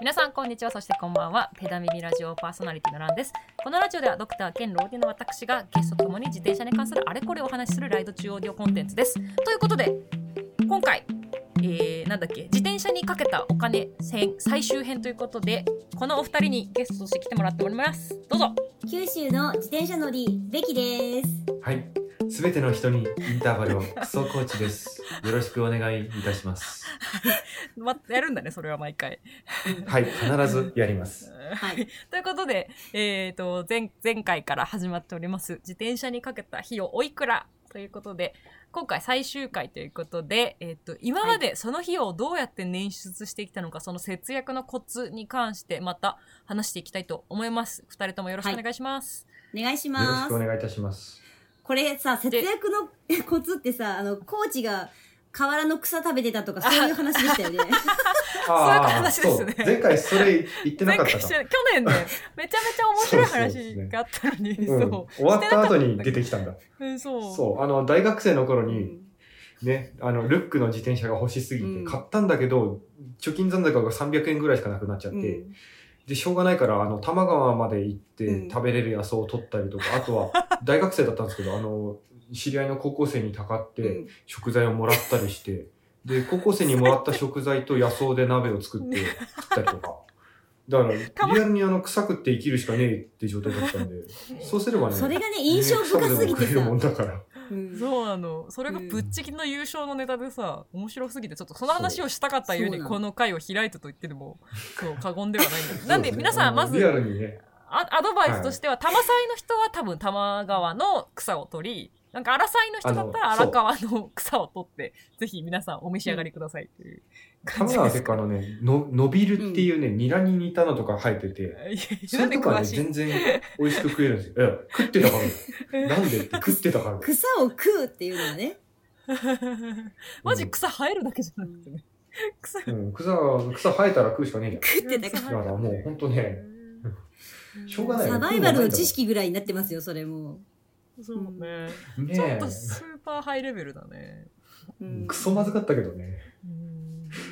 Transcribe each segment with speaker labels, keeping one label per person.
Speaker 1: 皆さんこんにちはそしてこんばんはペダミリラジオパーソナリティのランですこのラジオではドクター兼ローディの私がゲストともに自転車に関するあれこれをお話しするライド中オーディオコンテンツですということで今回えー、なんだっけ自転車にかけたお金編最終編ということでこのお二人にゲストとして来てもらっておりますどうぞ
Speaker 2: 九州の自転車乗りべきです
Speaker 3: はい。すべての人にインターバルをクソコーチです。よろしくお願いいたします。
Speaker 1: まやるんだねそれは毎回
Speaker 3: はい、必ずやります。
Speaker 2: はい
Speaker 1: ということで、えー、と前前回から始まっております自転車にかけた費用おいくらということで今回最終回ということで、えー、と今までその費用をどうやって捻出してきたのか、その節約のコツに関してまた話していきたいと思います二人ともよろしくお願いします、
Speaker 2: お願いし
Speaker 3: よろし
Speaker 2: ま
Speaker 3: くお
Speaker 2: す
Speaker 3: 願いいたします。
Speaker 2: これさ節約のコツってさあのコーチが河原の草食べてたとかそういう話でしたよね
Speaker 3: ああ、
Speaker 1: そういう話ですね
Speaker 3: そう前回それ言ってな
Speaker 1: 前
Speaker 3: かっ
Speaker 1: 回
Speaker 3: た
Speaker 1: し
Speaker 3: か
Speaker 1: て。ない去年ねめちゃめちゃ面白い
Speaker 3: そうそうそ
Speaker 1: 話
Speaker 3: うね
Speaker 1: があったのに
Speaker 3: うん、
Speaker 1: そ
Speaker 3: 終わった後に出
Speaker 1: て
Speaker 3: てきたんだ。
Speaker 1: うんそう
Speaker 3: そう、あの、大学生の頃
Speaker 2: う
Speaker 3: に、
Speaker 2: ん
Speaker 3: ね、あの、ルックの自転車が欲しすぎて、
Speaker 2: うん
Speaker 3: 買ったんだけど、貯金残高が300円ぐらいしかなくなっちゃって、
Speaker 2: うん
Speaker 3: で、しょうがないから、あの、多摩川まで行っ
Speaker 2: う
Speaker 3: て
Speaker 2: ん
Speaker 3: 食べれる野草を取ったりとか、あとは、大学生だったんですけど、あの、知り合いの高校生にたかって、
Speaker 2: うん
Speaker 3: 食材をもらったりして、で、高校生にもらった食材と野草で鍋を作って食ったりとか。だから、リアルにあの、臭くって生きるしかねえって状態だったんで、そうすればね、
Speaker 2: それがね印象深すぎて
Speaker 3: 人間臭くでも食える
Speaker 2: さ
Speaker 3: もんだから。
Speaker 2: うん
Speaker 1: そうなのそれがぶっちぎりの優勝のネタでさ、面白すぎてちょっとその話をしたかったゆえ
Speaker 2: そう
Speaker 1: に
Speaker 2: そうなの
Speaker 1: この回を開いたと言ってでもそう過言ではないんだけど
Speaker 3: そ
Speaker 1: な
Speaker 3: うんす
Speaker 1: で
Speaker 3: ね
Speaker 1: 皆さんま
Speaker 3: あのリア
Speaker 1: ず
Speaker 3: ルにね、
Speaker 1: あアドバイスとしては多摩祭の人は多分多摩川の草を取りなんか荒祭の人だったら
Speaker 3: あのそ
Speaker 1: 荒
Speaker 3: う
Speaker 1: 川の草を取ってぜひ皆さんお召し上がりくださいという
Speaker 3: カ
Speaker 1: 感
Speaker 3: メ
Speaker 1: じ
Speaker 3: ラは
Speaker 1: です
Speaker 3: 結構あのね、の、伸びるっていうね、ニラに似たのとか生えてて、
Speaker 1: いや
Speaker 3: そ
Speaker 1: なん
Speaker 3: れ
Speaker 1: で
Speaker 3: とか
Speaker 1: 詳
Speaker 3: ね、
Speaker 1: しい
Speaker 3: 全然美味しく食えるんですよ。いや、食ってたか ら。なんでって食ってたから。
Speaker 2: 草を食うっていうのはね
Speaker 1: マジ草生えるだけじゃなくてね草
Speaker 3: うん、草が、草生えたら食うしかねえじゃん。
Speaker 2: 食ってたか
Speaker 1: う
Speaker 2: ら
Speaker 1: ん
Speaker 3: だからもうほんとね、しょうがないよ
Speaker 2: サバイバルの知識ぐらいになってますよそれも
Speaker 1: そうね、
Speaker 3: ね
Speaker 1: ちょ
Speaker 3: え
Speaker 1: っとスーパーハイレベルだね。
Speaker 2: うん
Speaker 3: クソまずかったけどね。
Speaker 1: うん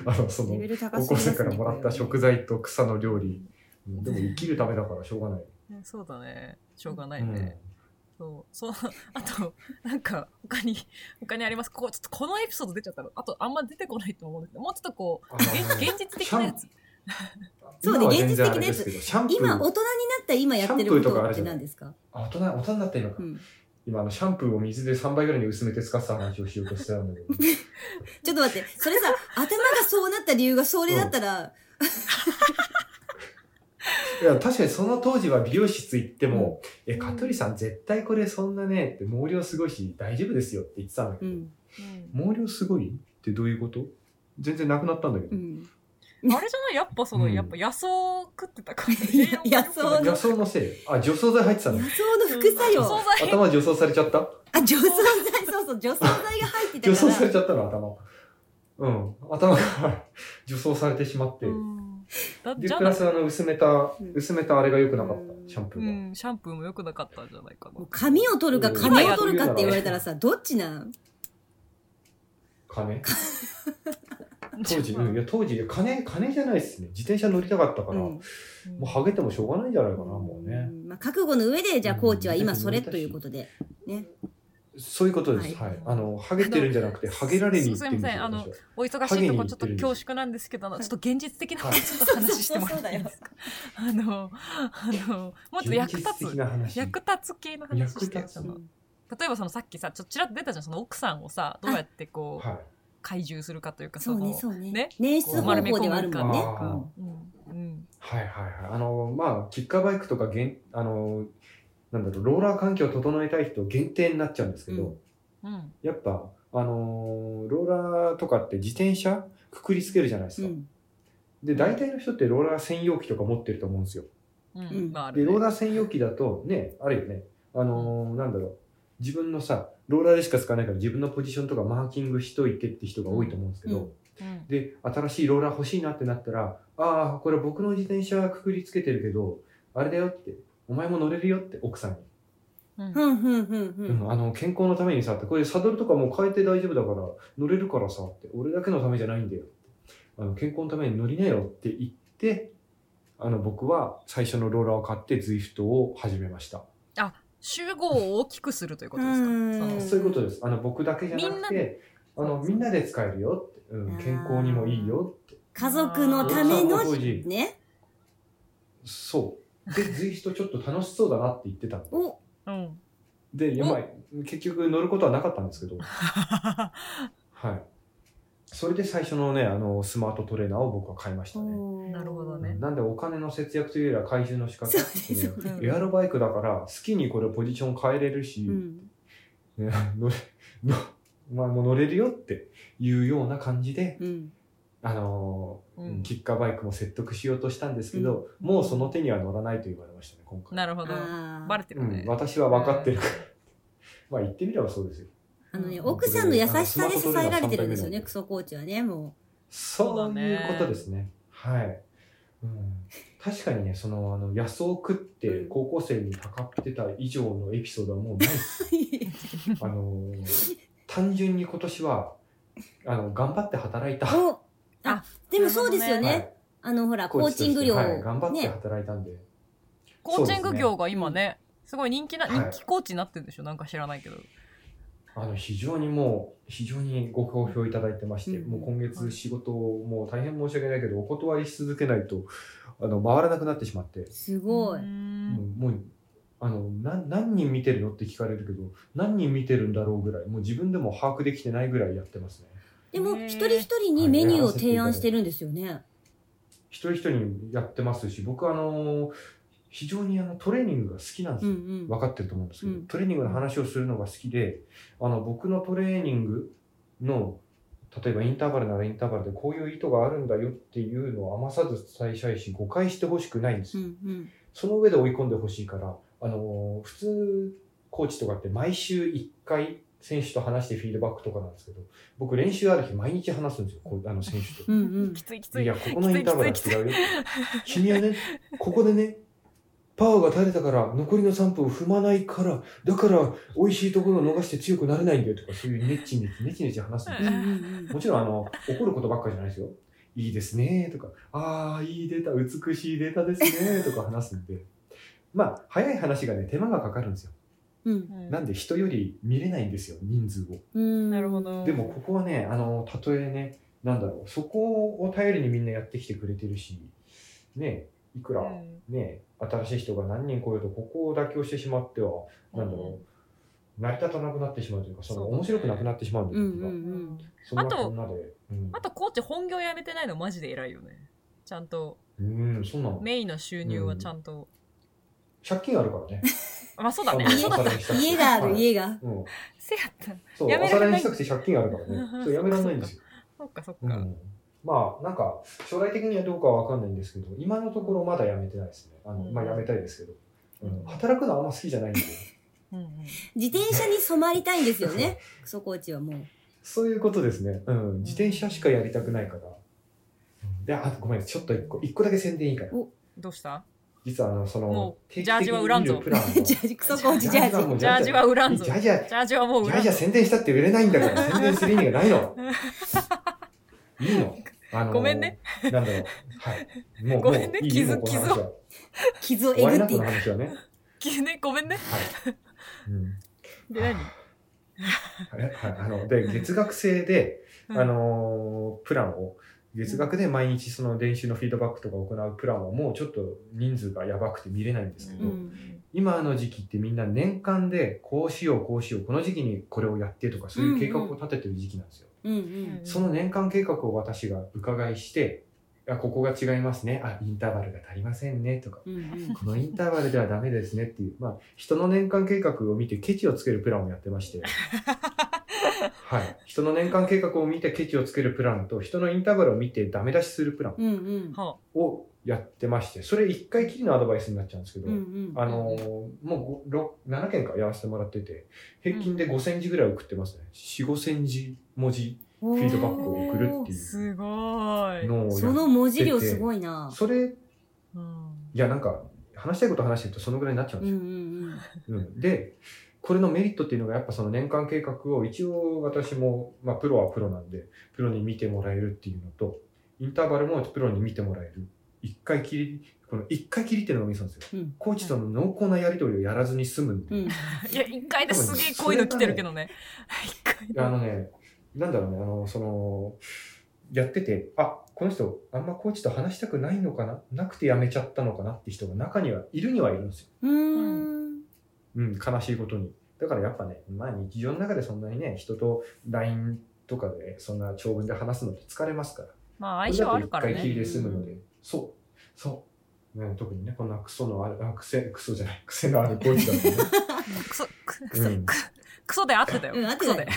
Speaker 3: あの、その
Speaker 2: レ、ベル高
Speaker 3: 高
Speaker 2: すぎ
Speaker 3: 校
Speaker 2: ますね
Speaker 3: 生からもらった食材と草の料理、うんでも生きるためだからしょうがない、
Speaker 1: ねそうだね。しょうがな
Speaker 3: う
Speaker 1: い
Speaker 3: ん
Speaker 1: ね。、そう。そう、あと、なんか、他に、他にあります。こう、ちょっとこのエピソード出ちゃったら、あとあんま出てこないと思うんですけど、もうちょっとこう、
Speaker 3: あ
Speaker 1: 現現実的なやつ。
Speaker 2: そうね
Speaker 3: 今は全然
Speaker 2: 現実的なやつ
Speaker 3: あれですけどシャンプー
Speaker 2: 今大人になった今やってることって何ですか
Speaker 3: あ大人大人になった今か、
Speaker 2: うん
Speaker 3: 今あのシャンプーを水で3倍ぐらいに薄めて使ってた話をしようとしてたんだけど
Speaker 2: ちょっと待って、それさ、頭がそうなった理由がそれだったら、
Speaker 3: いや確かにその当時は美容室行っても「え香取さん絶対これそんなね」って毛量すごいし大丈夫ですよって言ってたんだけ
Speaker 2: う
Speaker 3: ど、
Speaker 2: ん、
Speaker 3: 毛量すごいってどういうこと全然なくなったんだけど、
Speaker 2: うん、
Speaker 1: うんあれじゃないやっぱその、
Speaker 3: うん
Speaker 1: やっぱ野草を食ってたから。
Speaker 2: 野草
Speaker 1: の
Speaker 3: 野草のせいあ除草剤入ってたん
Speaker 2: 野
Speaker 3: だ
Speaker 2: 草の副作用。
Speaker 1: 惣
Speaker 2: あ、
Speaker 1: 菜。
Speaker 3: 頭除草されちゃった
Speaker 2: 除草剤、そうそう、除草剤が入って
Speaker 3: 除
Speaker 2: たか
Speaker 3: 草
Speaker 2: ら
Speaker 3: さ。れちゃったの頭うん頭が除草されてしまって、
Speaker 1: うんだ
Speaker 3: で
Speaker 1: じゃ
Speaker 3: プ
Speaker 1: な
Speaker 3: ラスあの薄めた
Speaker 2: うん
Speaker 3: 薄めたあれが良くなかった、
Speaker 2: うん
Speaker 3: シャンプ
Speaker 1: う
Speaker 3: ーが、
Speaker 1: ん、シャンプーも良くなかったんじゃないかな
Speaker 2: もう。髪を取るか金を取るかって言われたらさ、どっちなん
Speaker 3: 金当時、うん、いや当時金金じゃないっすね自転車乗りたかったから、
Speaker 2: う
Speaker 3: も
Speaker 2: ん
Speaker 1: うん
Speaker 3: うハゲてもしょうがないんじゃないかなもうね、
Speaker 2: まあ、覚悟の上で、じゃあコーチは今それということで。
Speaker 3: そういうことです
Speaker 2: は
Speaker 3: はいい、あのハゲてるんじゃなくてハゲられに行ってるん
Speaker 1: すいま
Speaker 3: です
Speaker 1: せん
Speaker 3: よ
Speaker 1: あの
Speaker 3: 私は
Speaker 1: お忙しいとこちょっと恐縮なんですけど、あのちょっと現実的な
Speaker 3: はい
Speaker 1: ちょっと話してもらっていいですか。あの、あの、もっと役立
Speaker 3: 現実的
Speaker 1: つ、
Speaker 3: な話
Speaker 1: 役立つ系の話してよ
Speaker 3: 役立つ
Speaker 1: その例えばそのさっきさ、ちょっとちらっと出たじゃん、その奥さんをさ、どうやってこう、
Speaker 3: はい
Speaker 1: 懐柔するかというか、
Speaker 2: そうね、
Speaker 1: の、
Speaker 2: そうね
Speaker 1: ね。
Speaker 2: 捻出方法ではあるもんね。
Speaker 3: こう丸め込むか
Speaker 2: うん
Speaker 1: うん、うん、
Speaker 3: はいはいはい。あの、まあ、キッカーバイクとかげん、あの、なんだろう、ローラー環境を整えたい人限定になっちゃうんですけど、
Speaker 2: うん
Speaker 1: うん、
Speaker 3: やっぱ、あのーローラーとかって自転車くくりつけるじゃないで
Speaker 2: う
Speaker 3: すか。
Speaker 2: ん。
Speaker 3: で、大体の人ってローラー専用機とか持ってると思うんですよ。
Speaker 1: うん、
Speaker 2: うん
Speaker 1: まあ、あ
Speaker 3: で、
Speaker 1: る
Speaker 3: ロー
Speaker 1: ね。
Speaker 3: ラー専用機だと、ね、あれよね、あのーなんだろう、自分のさ、ローラーでしか使わないから自分のポジションとかマーキングしといてって人が多いと思うんですけど、
Speaker 2: うん
Speaker 1: うん
Speaker 3: で新しいローラー欲しいなってなったらああこれ僕の自転車くくりつけてるけどあれだよってお前も乗れるよって奥さんに、
Speaker 1: うん
Speaker 2: ふんふんふんふ。
Speaker 3: うんんあの健康のためにさってこれサドルとかもう変えて大丈夫だから乗れるからさって俺だけのためじゃないんだよあの健康のために乗りなよって言っで、あの、僕は最初のローラーを買って Zwift を始めました。
Speaker 1: 集合を大きくするということですか
Speaker 2: うーん
Speaker 1: その
Speaker 3: そういうことです。あの、僕だけじゃなくて、あの、みんなで使えるよって、うん、健康にもいいよって。
Speaker 2: 家族のための
Speaker 3: お父さんも当時
Speaker 2: ね
Speaker 3: そう。で、Zwift ちょっと楽しそうだなって言ってたの。
Speaker 2: お
Speaker 1: うん、
Speaker 3: で、やばい。結局乗ることはなかったんですけど、はい。それで最初のね、あの、スマートトレーナーを僕は買いましたね。
Speaker 1: な
Speaker 2: な
Speaker 1: るほどね
Speaker 3: なんでお金の節約というよりは回収の仕方
Speaker 2: そう
Speaker 3: で
Speaker 2: ですす
Speaker 3: ね
Speaker 2: そうです、
Speaker 1: うん
Speaker 3: エアロバイクだから好きにこれポジション変えれるし、
Speaker 2: うん
Speaker 3: ね乗れのまあ、もう乗れるよっていうような感じで、
Speaker 2: うん
Speaker 3: あのー
Speaker 1: うん
Speaker 3: キッカーバイクも説得しようとしたんですけど、もうその手には乗らないと言われましたね、今回。
Speaker 1: なるほど
Speaker 2: あ
Speaker 1: バ
Speaker 2: ー
Speaker 1: レてるね
Speaker 3: うん、、私は分かってるから。 まあ言ってみればそうですよ。
Speaker 2: あのね奥さんの優しさで支えられてるんですよね
Speaker 3: うん
Speaker 2: クソコーチはねも
Speaker 1: そ
Speaker 3: そうう
Speaker 1: だ
Speaker 3: い
Speaker 1: ね
Speaker 3: うことですね。はい。うん、確かにね、その、あの、野草を食って
Speaker 2: うん
Speaker 3: 高校生にかかってた以上のエピソードはもうな い です。あのー、単純に今年は、あの、頑張って働いた。
Speaker 2: うお
Speaker 1: あ
Speaker 2: あでもそうですよ
Speaker 1: お
Speaker 2: ね、
Speaker 3: はい
Speaker 2: あのほらコーチング料
Speaker 3: コーチとしてはい、頑張って
Speaker 2: ね
Speaker 3: 働いたんで。
Speaker 1: コーチング業が今ねすごい人気な、
Speaker 3: はい
Speaker 1: 人気コーチになってるんでしょなんか知らないけど
Speaker 3: あの非常にもう非常にご好評いただいてまして、
Speaker 2: うん
Speaker 3: もう今月仕事をもう大変申し訳ないけどお断りし続けないとあの回らなくなってしまって、
Speaker 2: すごい、
Speaker 1: うー
Speaker 3: もうんもうあのな何人見てるのって聞かれるけど何人見てるんだろうぐらいもう自分でも把握できてないぐらいやってますね
Speaker 2: でも
Speaker 1: ね
Speaker 2: 一人一人にメニューを提案してるんですよね
Speaker 3: 一人一人やってますし僕あの非常にあのトレーニングが好きなんです
Speaker 2: う
Speaker 3: よ、
Speaker 2: んうん
Speaker 3: 分かってると思うんですけど、
Speaker 2: うん
Speaker 3: トレーニングの話をするのが好きであの僕のトレーニングの例えばインターバルならインターバルでこういう意図があるんだよっていうのを余さず伝えたいし誤解してほしくないんです
Speaker 2: う
Speaker 3: よ、
Speaker 2: んうん
Speaker 3: その上で追い込んでほしいから、あのー普通コーチとかって毎週1回選手と話してフィードバックとかなんですけど僕練習ある日毎日話すんですよこうあの選手 と。
Speaker 2: うんうん
Speaker 1: きついきつ
Speaker 3: い
Speaker 1: い
Speaker 3: や、ここのインターバルは違うよ。君はね、ここでね、パワーが垂れたから、残りの3分を踏まないから、だから、美味しいところを逃して強くなれないんだよとか、そういうネチネチ、ネチネチ話すん
Speaker 2: う
Speaker 3: で
Speaker 2: んう
Speaker 3: す。
Speaker 2: ん
Speaker 3: もちろん、あの、怒ることばっかりじゃないですよ。いいですねとか、ああ、いいデータ、美しいデータですねとか話すんで。まあ、早い話がね、手間がかかるんですよ。
Speaker 2: うん
Speaker 1: うん
Speaker 3: なんで、人より見れないんですよ、人数を。
Speaker 2: うん
Speaker 1: なるほど
Speaker 3: でもここはね、あの、たとえね、なんだろう、そこを頼りにみんなやってきてくれてるし、ねえ、いくら、
Speaker 1: うん
Speaker 3: ねえ、新しい人が何人来ようと、ここを妥協してしまっては、なんだろう、成り立たなくなってしまうというか、その
Speaker 1: そうだね
Speaker 3: 面白くなくなってしまうんだ
Speaker 2: う
Speaker 3: よ、
Speaker 2: ん
Speaker 3: 僕
Speaker 2: う
Speaker 3: は
Speaker 1: うんん
Speaker 3: そんな
Speaker 1: あと
Speaker 3: こんなで。うん
Speaker 1: あとコーチ本業やめてないのマジで偉いよねちゃんと
Speaker 3: うん、そうなの。
Speaker 1: メインの収入はちゃんと、
Speaker 3: 借金あるからね。
Speaker 1: まあそうだね
Speaker 3: あの
Speaker 1: そうだ
Speaker 3: お
Speaker 1: った
Speaker 3: 皿にし
Speaker 2: うん
Speaker 3: たくて
Speaker 2: 家があ
Speaker 3: は
Speaker 2: る
Speaker 3: い
Speaker 2: 家が
Speaker 3: うん、
Speaker 1: せやった
Speaker 3: そう、
Speaker 1: やめ
Speaker 3: お
Speaker 1: られない
Speaker 3: 皿にしたくて借金あるか らね。そう、やめられないんですよ。
Speaker 1: そっかそっか、
Speaker 3: うん、まあなんか将来的にはどうかは分かんないんですけど今のところまだ辞めてないですねあの、
Speaker 1: うん
Speaker 3: まあ辞めたいですけど、うん
Speaker 1: うん
Speaker 3: 働くのはあんま好きじゃないんで
Speaker 1: うんうん
Speaker 2: 自転車に染まりたいんですよねクソコーチはもう
Speaker 3: そういうことですね、うん、自転車しかやりたくないから、であごめんちょっと一個一個だけ宣伝いいかな
Speaker 2: お
Speaker 1: どうした
Speaker 3: 実はあのその
Speaker 1: もう
Speaker 3: 定期的
Speaker 1: ジャージは
Speaker 3: に
Speaker 1: 売らん
Speaker 3: 見
Speaker 1: ぞ
Speaker 3: るプラン
Speaker 2: ジャージクソコーチジャージ
Speaker 3: はもう
Speaker 1: ジャージは売らんぞ
Speaker 3: ジ
Speaker 1: ジ
Speaker 3: ャージは
Speaker 1: ャージはもう
Speaker 3: ジ
Speaker 1: 売
Speaker 3: ャー
Speaker 1: らん
Speaker 3: ジ
Speaker 1: ぞ
Speaker 3: は宣伝したって売れないんだから宣伝する意味がな いのいいのあの
Speaker 1: ごめんね
Speaker 3: なんだろうはいもう
Speaker 1: ごめんね
Speaker 3: もういい
Speaker 1: 傷
Speaker 3: もうこの話は
Speaker 2: 傷を
Speaker 3: 終わ
Speaker 2: え
Speaker 3: り
Speaker 2: ぐ
Speaker 3: な
Speaker 2: って
Speaker 3: こ
Speaker 2: い
Speaker 3: の
Speaker 2: く
Speaker 3: 話はね
Speaker 1: ねごめんね
Speaker 3: はい。うん
Speaker 1: で何
Speaker 3: はいはいあので月額制で、
Speaker 1: うん
Speaker 3: あのープランを月額で毎日その練習のフィードバックとか行うプランはもうちょっと人数がやばくて見れないんですけど、
Speaker 2: うん
Speaker 3: 今の時期ってみんな年間でこうしようこうしようこの時期にこれをやってとかそういう計画を立ててる時期なんですよ、
Speaker 2: うんうん
Speaker 3: その年間計画を私が伺いしてあここが違いますねあインターバルが足りませんねとか
Speaker 2: うんうん
Speaker 3: このインターバルではダメですねっていう、まあ、人の年間計画を見てケチをつけるプランをやってまして、 はい。人の年間計画を見てケチをつけるプランと、人のインターバルを見てダメ出しするプラン
Speaker 2: うんうん
Speaker 1: は
Speaker 3: をやってまして、それ一回きりのアドバイスになっちゃうんですけど、
Speaker 2: うんうん
Speaker 3: あのーもうごろ7件かやらせてもらってて、平均で5センチぐらい送ってますね。4、5センチ文字
Speaker 2: フ
Speaker 3: フィードバックを送るって
Speaker 1: あ
Speaker 3: いう
Speaker 1: すごい、
Speaker 3: のをやっ
Speaker 2: その文字量すごいな
Speaker 3: それ、い
Speaker 1: うん
Speaker 3: やなんか、話したいこと話してるとそのぐらいになっちゃうん
Speaker 2: う
Speaker 3: で
Speaker 2: ん
Speaker 3: す
Speaker 2: う
Speaker 3: よ。
Speaker 2: ん
Speaker 3: うん、でこれのメリットっていうのがやっぱその年間計画を一応私も、まあ、プロはプロなんでプロに見てもらえるっていうのとインターバルもプロに見てもらえる一回きりこの一回きりっていうのがミソなんですよ、
Speaker 2: うん
Speaker 3: コーチとの濃厚なやり取りをやらずに済むんで、
Speaker 2: うん。
Speaker 1: いや、一回ですげえ濃いの来てるけどね。 一回
Speaker 3: あのねなんだろうねあのそのやっててあこの人あんまコーチと話したくないのかななくてやめちゃったのかなって人が中にはいるにはいるんですよ、
Speaker 2: うーん。
Speaker 3: うん、悲しいことにだからやっぱね、まあ、日常の中でそんなにね人と LINE とかでそんな長文で話すのって疲れますから
Speaker 1: まあ、相性あるから
Speaker 3: 一回き
Speaker 1: ね。
Speaker 3: りで済むので、そう、そう、ね、特にね、こんなクソのある、あ、クセ、クソじゃない、クセのあるコーチだもんね。
Speaker 1: クソ、クク
Speaker 3: う
Speaker 1: ソ
Speaker 3: ん、
Speaker 1: ククソで合ってたよ
Speaker 2: うん合っ。
Speaker 1: ク
Speaker 2: て
Speaker 1: ソで
Speaker 2: たよ。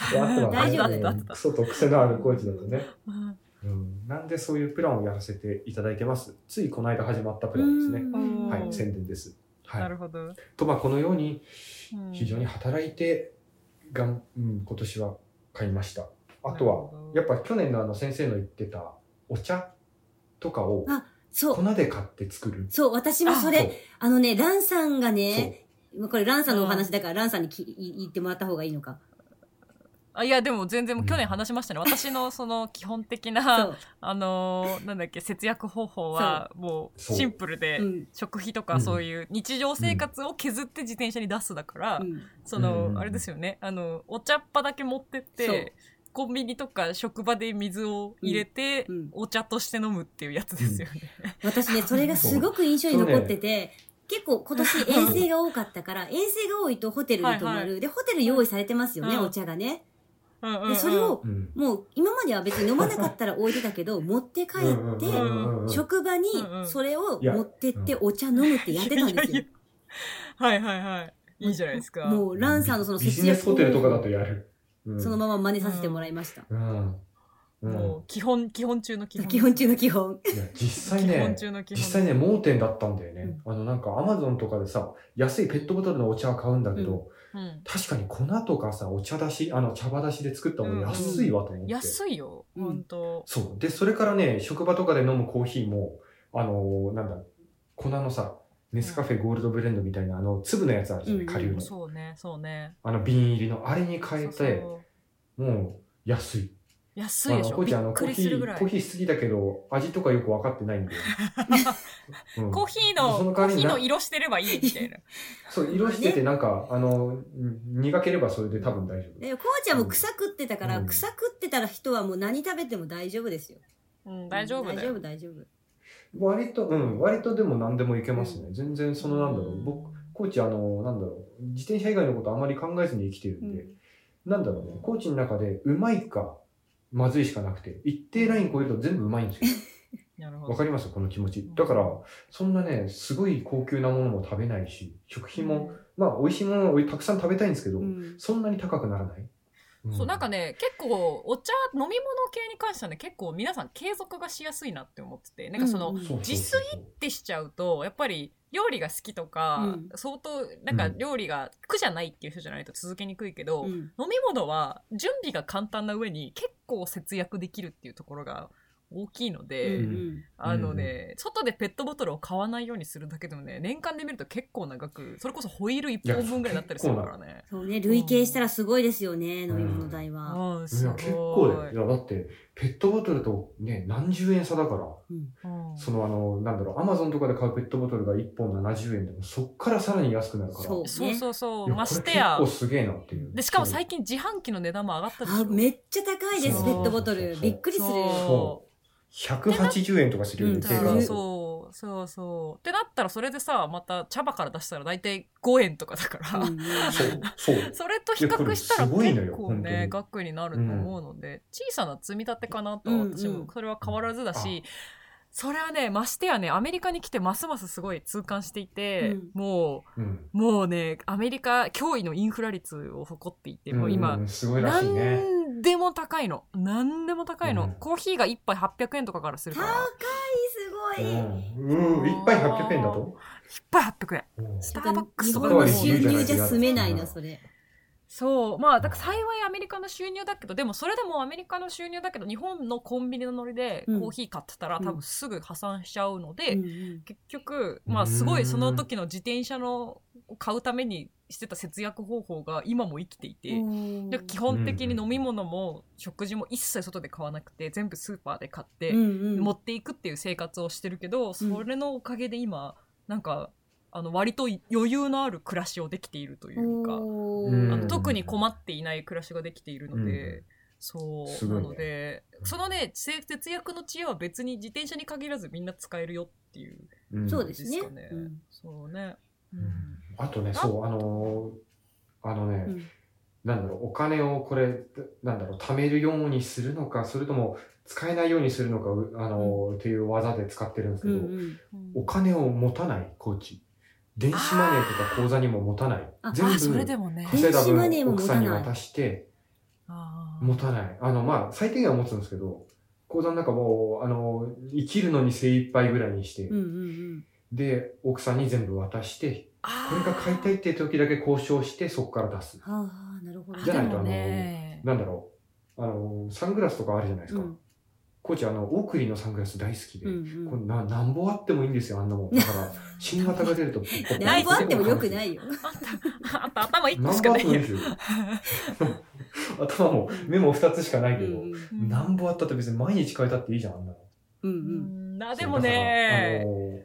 Speaker 3: あとは
Speaker 2: 大丈夫
Speaker 3: ね
Speaker 1: だった
Speaker 3: クソとクセのあるコーチだとね。
Speaker 1: うん
Speaker 3: うん、なんでそういうプランをやらせていただいてます。ついこの間始まったプランですね。
Speaker 1: うん
Speaker 3: はい、宣伝です。は
Speaker 1: ないる。ほど。
Speaker 3: と、まあ、このように、
Speaker 1: うん
Speaker 3: 非常に働いて、がん、うん、今年は買いました。
Speaker 1: な
Speaker 3: あと
Speaker 1: る
Speaker 3: は
Speaker 1: ほ、ど
Speaker 3: やっぱ去年のあの先生の言ってたお茶とかを
Speaker 2: そう。
Speaker 3: 粉で買って作る。
Speaker 2: そう、私もそ
Speaker 3: そう
Speaker 2: れ、あのね、ランさんが
Speaker 3: そう
Speaker 2: ね、これランさんのお話だから、ランさんにきい言ってもらった方がいいのか。
Speaker 1: あいや、でも全
Speaker 3: う
Speaker 1: 然
Speaker 3: ん
Speaker 1: 去年話しましたね。私のその基本的
Speaker 2: そ
Speaker 1: な、
Speaker 2: う。
Speaker 1: あのー、なんだっけ、節約方法は、もう
Speaker 3: そう
Speaker 1: シンプルで
Speaker 2: う、ん。
Speaker 1: 食費と
Speaker 3: う
Speaker 1: か
Speaker 3: ん
Speaker 1: そういう日常生活を削って自転車に出すだから
Speaker 2: う、ん
Speaker 1: そ
Speaker 3: うん
Speaker 1: の、あれですよね。あの、お茶っ葉だけ持ってっ
Speaker 2: そう
Speaker 1: て、コンビニとか職場で水を入れて
Speaker 2: うんうん、
Speaker 1: お茶として飲むっていうやつですよね。
Speaker 2: 私ね、それがすごく印象に残ってて、結構今年遠征が多かったから、遠征が多いとホテルに泊ま
Speaker 1: はい
Speaker 2: る。で、ホテル用意されてますよね、
Speaker 1: うん
Speaker 2: お茶がね。
Speaker 1: うんうんうん
Speaker 2: で、それを、
Speaker 3: うん。
Speaker 2: もう今までは別に飲まなかったら置いてたけ ど、持って帰って、
Speaker 1: ん
Speaker 2: 職場に
Speaker 1: うんうん
Speaker 2: それを持ってってお茶飲むってやってたんです
Speaker 1: いやい。
Speaker 2: よ
Speaker 1: や はいはいはい。いいじゃないですか。
Speaker 2: もうランさんのその
Speaker 3: ビジネスホテルとかだとやる。うん
Speaker 2: そのまま真似させてもらいました。
Speaker 3: うん。うん
Speaker 1: もう基本、基本中の基本。
Speaker 2: 基本中の基本。
Speaker 3: いや実際
Speaker 1: 基本
Speaker 3: ね、
Speaker 1: 中の基
Speaker 3: 実
Speaker 1: 本。
Speaker 3: 際ね、盲点だったんだよね。あの、なんか、アマゾンとかでさ、安いペットボトルのお茶を買うんだけど、
Speaker 1: うん
Speaker 3: 確かに粉とかさ、お茶だし、あの、茶葉だしで作ったも
Speaker 1: うん
Speaker 3: の安いわと思って。
Speaker 1: 安いよ、
Speaker 2: うん
Speaker 1: ほんと。
Speaker 3: そう。で、それからね、職場とかで飲むコーヒーも、あのーなんだ、粉のさ、ネスカフェゴールドブレンドみたいな、あの、粒のやつあるじゃない、
Speaker 2: うん
Speaker 3: 下流の。
Speaker 1: そうね、そうね。
Speaker 3: あの、瓶入りの、あれに変えて、
Speaker 1: そうそう
Speaker 3: もう、安い。
Speaker 1: 安いでし
Speaker 3: あの
Speaker 1: ょ。
Speaker 3: コー
Speaker 1: び
Speaker 3: ヒーあの
Speaker 1: っ
Speaker 3: コ
Speaker 1: く
Speaker 3: ー
Speaker 1: り
Speaker 3: ヒ
Speaker 1: するぐ
Speaker 3: ー
Speaker 1: らい。
Speaker 3: コーヒー好きだけど味とかよく分かってないんで、 うん
Speaker 1: コーヒーの、
Speaker 3: その
Speaker 1: コ
Speaker 3: 代わ
Speaker 1: ー
Speaker 3: りに
Speaker 1: ヒー
Speaker 3: な
Speaker 1: の色してればいいみたいな。
Speaker 3: そう色しててなんか、あのうん苦ければそれで多分大丈夫
Speaker 2: で、こうちゃんも草食ってたから、
Speaker 3: うん
Speaker 2: 草食ってたら人はもう何食べても大丈夫ですよ。
Speaker 1: うん、大丈夫だ
Speaker 2: 大丈
Speaker 1: よ。
Speaker 2: 夫、大丈夫。
Speaker 3: 割とうん割とでも何でもいけますね、全然そのなんだろう、
Speaker 1: うん
Speaker 3: 僕コーチあのなんだろう自転車以外のことあまり考えずに生きてるんで、なんだろうねコーチの中でうまいかまずいしかなくて一定ライン超えると全部うまいんですよ
Speaker 1: な るほ
Speaker 3: わ
Speaker 1: ど
Speaker 3: か。りますこの気持ちだからそんなねすごい高級なものも食べないし食品も、まあ美味しいものをたくさん食べたいんですけど、
Speaker 2: うん
Speaker 3: そんなに高くならない、
Speaker 1: そうなんか
Speaker 3: ね、
Speaker 1: ね結構お茶飲み物系に関してはね結構皆さん継続がしやすいなって思っててなんかその、
Speaker 2: うん
Speaker 1: っ
Speaker 2: うん
Speaker 3: そうそうそう
Speaker 1: 自炊てしちゃうとやっぱり料理が好きとか、
Speaker 2: うん
Speaker 1: 相当なんか
Speaker 3: うん
Speaker 1: 料理が苦じゃないっていう人じゃないと続けにくいけど、
Speaker 2: う
Speaker 1: 飲
Speaker 2: ん
Speaker 1: み物は準備が簡単な上に結構節約できるっていうところが大きいの
Speaker 2: うん
Speaker 1: で、
Speaker 2: うん
Speaker 1: あのね、外でペットボトルを買わないようにするだけでもね年間で見ると結構長くそれこそホイール1本分ぐらいだったりするからね。
Speaker 2: そうね、累計したらすごいですよね、
Speaker 3: う
Speaker 2: 飲
Speaker 3: ん
Speaker 2: み物代は。
Speaker 1: うん、
Speaker 3: い
Speaker 1: す
Speaker 3: や
Speaker 1: ごい。
Speaker 3: 結構だよいやだってペットボトルとね何十円差だから
Speaker 2: うん
Speaker 1: うん
Speaker 3: そのあのなんだろうアマゾンとかで買うペットボトルが1本70円でもそっからさらに安くなるから
Speaker 2: そう
Speaker 1: そうそうそう、
Speaker 3: い
Speaker 1: ま
Speaker 3: やこれ
Speaker 1: して
Speaker 3: 結
Speaker 1: や
Speaker 3: 構。すげえなっていう
Speaker 1: で、しかも最近自販機の値段も上がったでし
Speaker 2: あ
Speaker 1: ょ。、
Speaker 2: めっちゃ高いです、
Speaker 1: そう
Speaker 2: ペットボトル。びっくりする。
Speaker 1: そ
Speaker 3: そう180円とかするよね、
Speaker 2: うん
Speaker 3: 定
Speaker 1: そうそう、
Speaker 3: 価
Speaker 1: そうそう。ってなったら、それでさ、また茶葉から出したら大体5円とかだから、
Speaker 2: うんうん
Speaker 3: そうそう
Speaker 1: それと比較したら
Speaker 3: いやこれすごいのよ
Speaker 1: 結構
Speaker 3: 本当
Speaker 1: ね
Speaker 3: に
Speaker 1: 額になると思うので、小さな積み立てかなと
Speaker 2: うん
Speaker 1: 私
Speaker 2: うん
Speaker 1: もそれは変わらずだし、
Speaker 3: あ
Speaker 1: それはねましてやねアメリカに来てますますすごい痛感していて、
Speaker 2: うん
Speaker 1: も
Speaker 3: うん
Speaker 1: うもうねアメリカ驚異のインフラ率を誇っていて、もう今、
Speaker 3: んんすごいらしいね
Speaker 1: なんでも高いの。なんでも高いの。
Speaker 3: うん
Speaker 1: コーヒーが1杯800円とかからするか
Speaker 2: 高
Speaker 1: ら。
Speaker 2: い、すごい。
Speaker 3: うん、うん、1杯800円だと、
Speaker 1: 1杯800円。
Speaker 3: うん
Speaker 1: ス
Speaker 2: ちょ
Speaker 1: タ
Speaker 2: っ
Speaker 1: ーバッ
Speaker 2: と
Speaker 1: クス
Speaker 2: 日
Speaker 1: とか
Speaker 2: 本
Speaker 1: でも
Speaker 2: の
Speaker 1: いい
Speaker 2: 収入じゃ
Speaker 3: うん
Speaker 2: 済めないな、それ。
Speaker 1: そう。まあ、だから幸いアメリカの収入だけど、でもそれでもアメリカの収入だけど、日本のコンビニのノリで
Speaker 2: うん
Speaker 1: コーヒー買ってたら、
Speaker 2: うん
Speaker 1: 多分すぐ破産しちゃうので、
Speaker 2: うんうん
Speaker 1: 結局、まあすごいその時の自転車のを買うためにしてた節約方法が今も生きていて、
Speaker 2: うん
Speaker 1: で基本的に飲み物も食事も一切外で買わなくて全部スーパーで買って、
Speaker 2: うん
Speaker 1: 持っていくっていう生活をしてるけど、それのおかげで今なんかあの割と余裕のある暮らしをできているというか、
Speaker 2: お
Speaker 3: うん
Speaker 2: ー
Speaker 1: あの特に困っていない暮らしができているので。
Speaker 3: うん
Speaker 1: そう
Speaker 3: すご
Speaker 1: ない
Speaker 3: ね
Speaker 1: のでそのねせ節約の知恵は別に自転車に限らずみんな使えるよっていう
Speaker 3: うん
Speaker 2: そう
Speaker 1: 感
Speaker 2: で
Speaker 1: じ
Speaker 2: す
Speaker 1: ですか
Speaker 2: ね
Speaker 1: ね。
Speaker 2: うん
Speaker 1: そうね、う
Speaker 3: うんんあとね、そう、あのーあのね、
Speaker 2: うん
Speaker 3: なんだろう、お金をこれ、なんだろう、貯めるようにするのか、それとも使えないようにするのか、うあのーっていう技で使ってるんですけ
Speaker 2: う
Speaker 3: ど、
Speaker 2: んうん
Speaker 3: お金を持たない、コーチ。電子マネーとか口座にも持たない
Speaker 2: あ。
Speaker 3: 全
Speaker 1: あそれで
Speaker 3: 部、
Speaker 1: もね
Speaker 3: 稼いだ
Speaker 2: 電子マネー
Speaker 3: 分、
Speaker 2: も
Speaker 3: 奥
Speaker 2: 持たな
Speaker 3: さ
Speaker 2: んい
Speaker 3: に渡して、
Speaker 1: あー
Speaker 3: 持たない。あの、まあ、最低限は持つんですけど、口座の中もう、あの、生きるのに精一杯ぐらいにして、
Speaker 2: うんうん
Speaker 3: で、奥さんに全部渡して、
Speaker 1: あ
Speaker 3: これが買いたいって時だけ交渉して、そこから出す。
Speaker 2: うんはあなるほど
Speaker 1: ー
Speaker 3: じゃないと
Speaker 1: でも
Speaker 3: あの
Speaker 1: ね
Speaker 3: なんだろう。あの、サングラスとかあるじゃないです
Speaker 2: う
Speaker 3: か。
Speaker 2: ん
Speaker 3: コーチ、あの、オークリーのサングラス大好きで、
Speaker 2: うんう
Speaker 3: これ
Speaker 2: ん
Speaker 3: な、なんぼあってもいいんですよ、あんなもん。だから、新型が 出ると、。
Speaker 2: 何個あってもよくないいよ
Speaker 1: あんた頭一個
Speaker 3: な
Speaker 1: し
Speaker 3: んぼ
Speaker 1: か
Speaker 3: あっ
Speaker 1: ない
Speaker 3: てもいい
Speaker 1: や
Speaker 3: んですよ。頭も、目も二つしかな
Speaker 2: う
Speaker 3: いけど、
Speaker 2: ん
Speaker 3: なんぼあったって別に毎日変えたっていいじゃん、あんなの。
Speaker 2: うんう
Speaker 1: うんんあでもね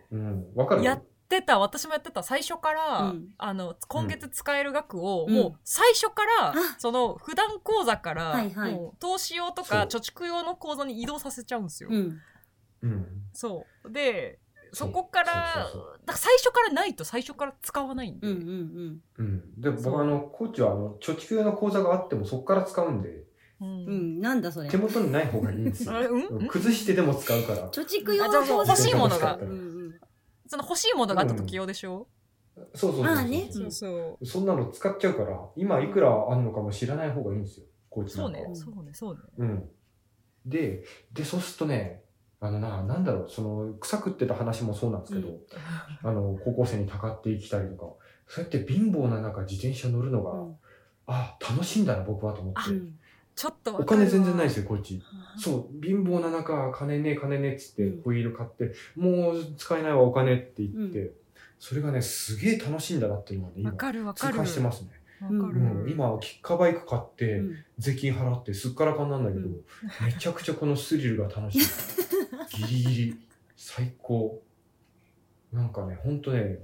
Speaker 3: そう。だからあのーうん、わかる
Speaker 1: やってた私もやってた最初から、
Speaker 2: うん
Speaker 1: あの今月使える額を、
Speaker 2: うん
Speaker 1: もう最初から、
Speaker 2: あ
Speaker 1: その普段口座から、
Speaker 2: はいはい
Speaker 1: もう投資用とか
Speaker 3: そ
Speaker 1: 貯蓄用の口座に移動させちゃうんですよ、
Speaker 2: うん
Speaker 3: うん。
Speaker 1: そうで
Speaker 3: そ
Speaker 1: そうこから
Speaker 3: そうそうそ
Speaker 1: だから最初からないと最初から使わないんで、
Speaker 2: うんうん
Speaker 3: うん。で、
Speaker 1: そう
Speaker 3: 僕、あの、コーチは、あの、貯蓄用の口座があっても、そこから使うんで、
Speaker 1: う
Speaker 2: うんんうんなんだそれ
Speaker 3: 手
Speaker 2: 貯
Speaker 3: 元にない方がいいんですよ
Speaker 1: あ。れうん
Speaker 3: うん崩してでも使うから。
Speaker 2: 蓄用
Speaker 1: あじゃあ
Speaker 2: の
Speaker 1: もう
Speaker 2: 口
Speaker 1: 欲しいものが
Speaker 2: うんうん
Speaker 1: その欲しいものがあった時用でしょ、
Speaker 3: そうそうそうそう。
Speaker 2: まあね
Speaker 1: そうそう
Speaker 3: そんなの使っちゃうから、今いくらあんのかも知らない方がいいんですよ、コーチ
Speaker 1: そ
Speaker 3: な
Speaker 1: うん
Speaker 3: か
Speaker 1: ね
Speaker 3: は。
Speaker 1: そうねそうね
Speaker 3: うん。で、で、そうするとね、あのな、なんだろう、その、草食ってた話もそうなんですけど、
Speaker 2: うん
Speaker 3: あの、高校生にたかってきたりとか、そうやって貧乏な中自転車乗るのが、あ、楽しいんだな、僕はと思って
Speaker 2: う。ん
Speaker 1: ちょっと
Speaker 3: お
Speaker 1: わかるわ
Speaker 3: 金全然ないですよ、こっち。そう、貧乏な中、金ねえ、金ねえっつって
Speaker 2: う、ん
Speaker 3: ホイール買って、もう使えないわ、お金って言って、
Speaker 2: う
Speaker 3: それがね、すげえ楽しいんだなっていうのをね、
Speaker 1: わ
Speaker 3: 今、
Speaker 1: かるわか
Speaker 3: 痛
Speaker 1: る
Speaker 3: 感してますね。
Speaker 1: わ
Speaker 2: うん
Speaker 1: かる、
Speaker 3: うん、今、キッカーバイク買って、
Speaker 2: うん
Speaker 3: 税金払ってすっからかんなんだけど、
Speaker 2: うん
Speaker 3: めちゃくちゃこのスリルが 楽しいギリギリ最高なんかねほんとね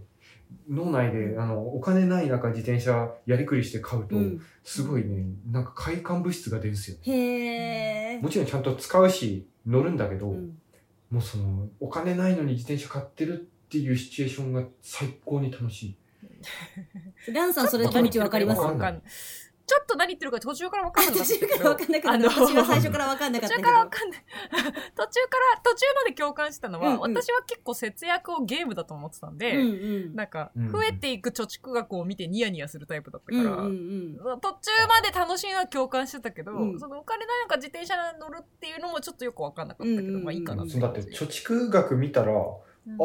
Speaker 3: 脳内であのお金ない中自転車やりくりして買うと、
Speaker 2: うん
Speaker 3: すごいねなんか快感物質が出るんですよね
Speaker 2: へえ
Speaker 3: もちろんちゃんと使うし乗るんだけど、
Speaker 2: うん
Speaker 3: もうそのお金ないのに自転車買ってるっていうシチュエーションが最高に楽しい
Speaker 2: ランさんそれ気持ちわかります
Speaker 1: ちょ
Speaker 3: わ
Speaker 1: っと何言ってるかよくわかんないちょっと何言ってるか途中からわかんなかった
Speaker 2: 途
Speaker 1: けど
Speaker 2: 中からわかんなかった
Speaker 1: あの
Speaker 2: 私は最初からわかんなか
Speaker 1: 途
Speaker 2: っ
Speaker 1: 中
Speaker 2: た
Speaker 1: か
Speaker 2: け
Speaker 1: らわ
Speaker 2: ど
Speaker 1: かんない途中から途中まで共感したのは、
Speaker 2: うんうん
Speaker 1: 私は結構節約をゲームだと思ってたんで、
Speaker 2: うんうん
Speaker 1: なんか
Speaker 3: うんうん
Speaker 1: 増えていく貯蓄額を見てニヤニヤするタイプだったか
Speaker 2: うん
Speaker 1: ら、
Speaker 2: うん
Speaker 1: 途中まで楽しいのは共感してたけど、
Speaker 2: うん
Speaker 1: そのお金なんか自転車に乗るっていうのもちょっとよくわかんなかったけど、
Speaker 2: うんうんうん
Speaker 1: まあいいかな
Speaker 3: そうだって
Speaker 1: ちょ
Speaker 3: 貯蓄額見たらああ、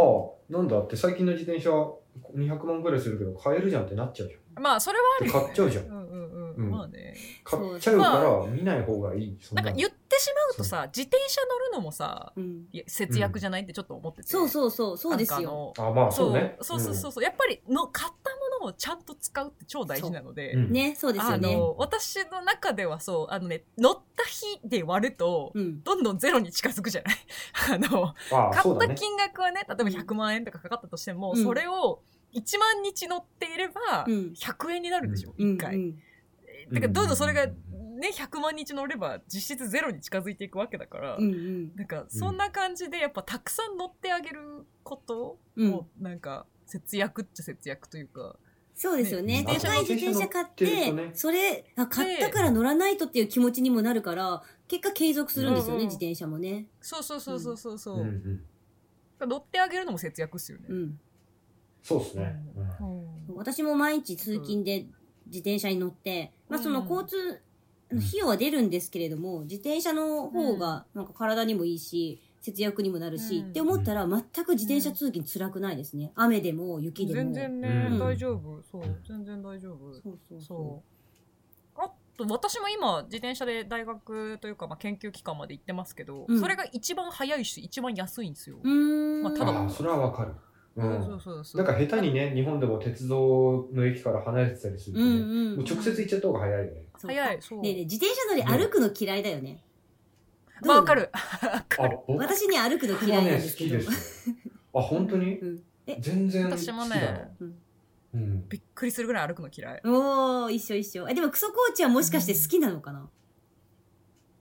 Speaker 3: なんだって最近の自転車200万ぐらいするけど買えるじゃんってなっちゃうじゃ
Speaker 1: まあそれはあ
Speaker 3: ん。
Speaker 1: る
Speaker 3: で
Speaker 1: よ、
Speaker 3: 買っ
Speaker 1: ね
Speaker 3: ちゃうじゃん
Speaker 1: う。んうんう、
Speaker 3: うんん
Speaker 1: まあね
Speaker 3: 買っちゃうから見ない方がいい。そん
Speaker 1: な
Speaker 3: なんの
Speaker 1: か言ってしまうとさ自転車乗るのもさ
Speaker 2: うん
Speaker 1: いや節約じゃないってちょっと思ってて、
Speaker 2: そうそうそうそうです
Speaker 1: なんかあ
Speaker 2: よ
Speaker 1: の
Speaker 3: あ、まあ
Speaker 1: そ
Speaker 3: そううね。
Speaker 1: そうそうそうそうやっぱりの買ったものをちゃんと使うって超大事なので、
Speaker 3: うん。うん
Speaker 2: ねそうですよ
Speaker 1: あ
Speaker 2: ね
Speaker 1: の私の中ではそうあのね乗った日で割ると、
Speaker 2: うん
Speaker 1: どんどんゼロに近づくじゃない あの
Speaker 3: ああ、
Speaker 1: 買
Speaker 3: そう
Speaker 1: っ
Speaker 3: だ
Speaker 1: た
Speaker 3: ね。
Speaker 1: 金額はね例えば100万円とかかかったとしても、
Speaker 2: うん
Speaker 1: それを1万日乗っていれば
Speaker 2: うん
Speaker 1: 100円になるでしょ、
Speaker 2: うん
Speaker 1: 1回、
Speaker 2: うん
Speaker 1: だからどんどんそれが
Speaker 3: う
Speaker 1: ね
Speaker 3: ん
Speaker 1: 100万日乗れば実質ゼロに近づいていくわけだから、
Speaker 2: うんうん
Speaker 1: なんかそんな感じでやっぱたくさん乗ってあげること
Speaker 2: うん
Speaker 1: もなんか節約っちゃ節約というか、
Speaker 2: そうですよね。
Speaker 1: ね
Speaker 2: 高い自転車買って、
Speaker 3: 乗ってるとね
Speaker 2: それあ、買ったから乗らないとっていう気持ちにもなるから、結果継続するんですよ
Speaker 1: う
Speaker 2: ね、
Speaker 1: んうん
Speaker 2: 自転車もね。
Speaker 1: そうそうそうそうそうそう
Speaker 3: うんう、ん。
Speaker 1: 乗ってあげるのも節約っすよね。
Speaker 2: うん。
Speaker 3: そうですね。うん
Speaker 1: うん
Speaker 2: 私も毎日通勤で自転車に乗って、まあその
Speaker 1: うん
Speaker 2: 交通、あの費用は出るんですけれども、自転車の方がなんか体にもいいし、節約にもなるし、
Speaker 1: うん
Speaker 2: って思ったら全く自転車通勤辛くないですね。雨でも雪でも。
Speaker 1: 全然ね、
Speaker 3: うん
Speaker 1: 大丈夫そう全然大丈夫
Speaker 2: そうそうそ
Speaker 1: そうあと私も今自転車で大学というか、まあ、研究機関まで行ってますけど、
Speaker 2: うん
Speaker 1: それが一番早いし一番安いんですよ、
Speaker 2: う。うーん。
Speaker 1: まあただ
Speaker 3: ああ、それはわかる。う。
Speaker 1: そうんそうそう
Speaker 3: なんか下手にね、日本でも鉄道の駅から離れてたりすると
Speaker 2: う
Speaker 3: ね、
Speaker 2: んうん。
Speaker 3: もう直接行っちゃった方が早いよね。
Speaker 2: そう
Speaker 1: 早いそう、
Speaker 2: ねえねえ自転車乗り歩くの嫌いだよね。どう
Speaker 1: まあわかる
Speaker 3: あ、僕はね、
Speaker 2: 私ね、歩くの
Speaker 3: 好
Speaker 2: 嫌いなんです
Speaker 3: き
Speaker 2: けど
Speaker 3: で。すよ。あ、本当に
Speaker 2: うんえ
Speaker 3: 全然好き
Speaker 1: 私
Speaker 3: だ
Speaker 1: も
Speaker 3: な
Speaker 1: ね。
Speaker 3: うん。
Speaker 1: びっくりするぐらい歩くの嫌い
Speaker 2: おー、一緒一緒。え、でもクソコーチはもしかして好きなのかな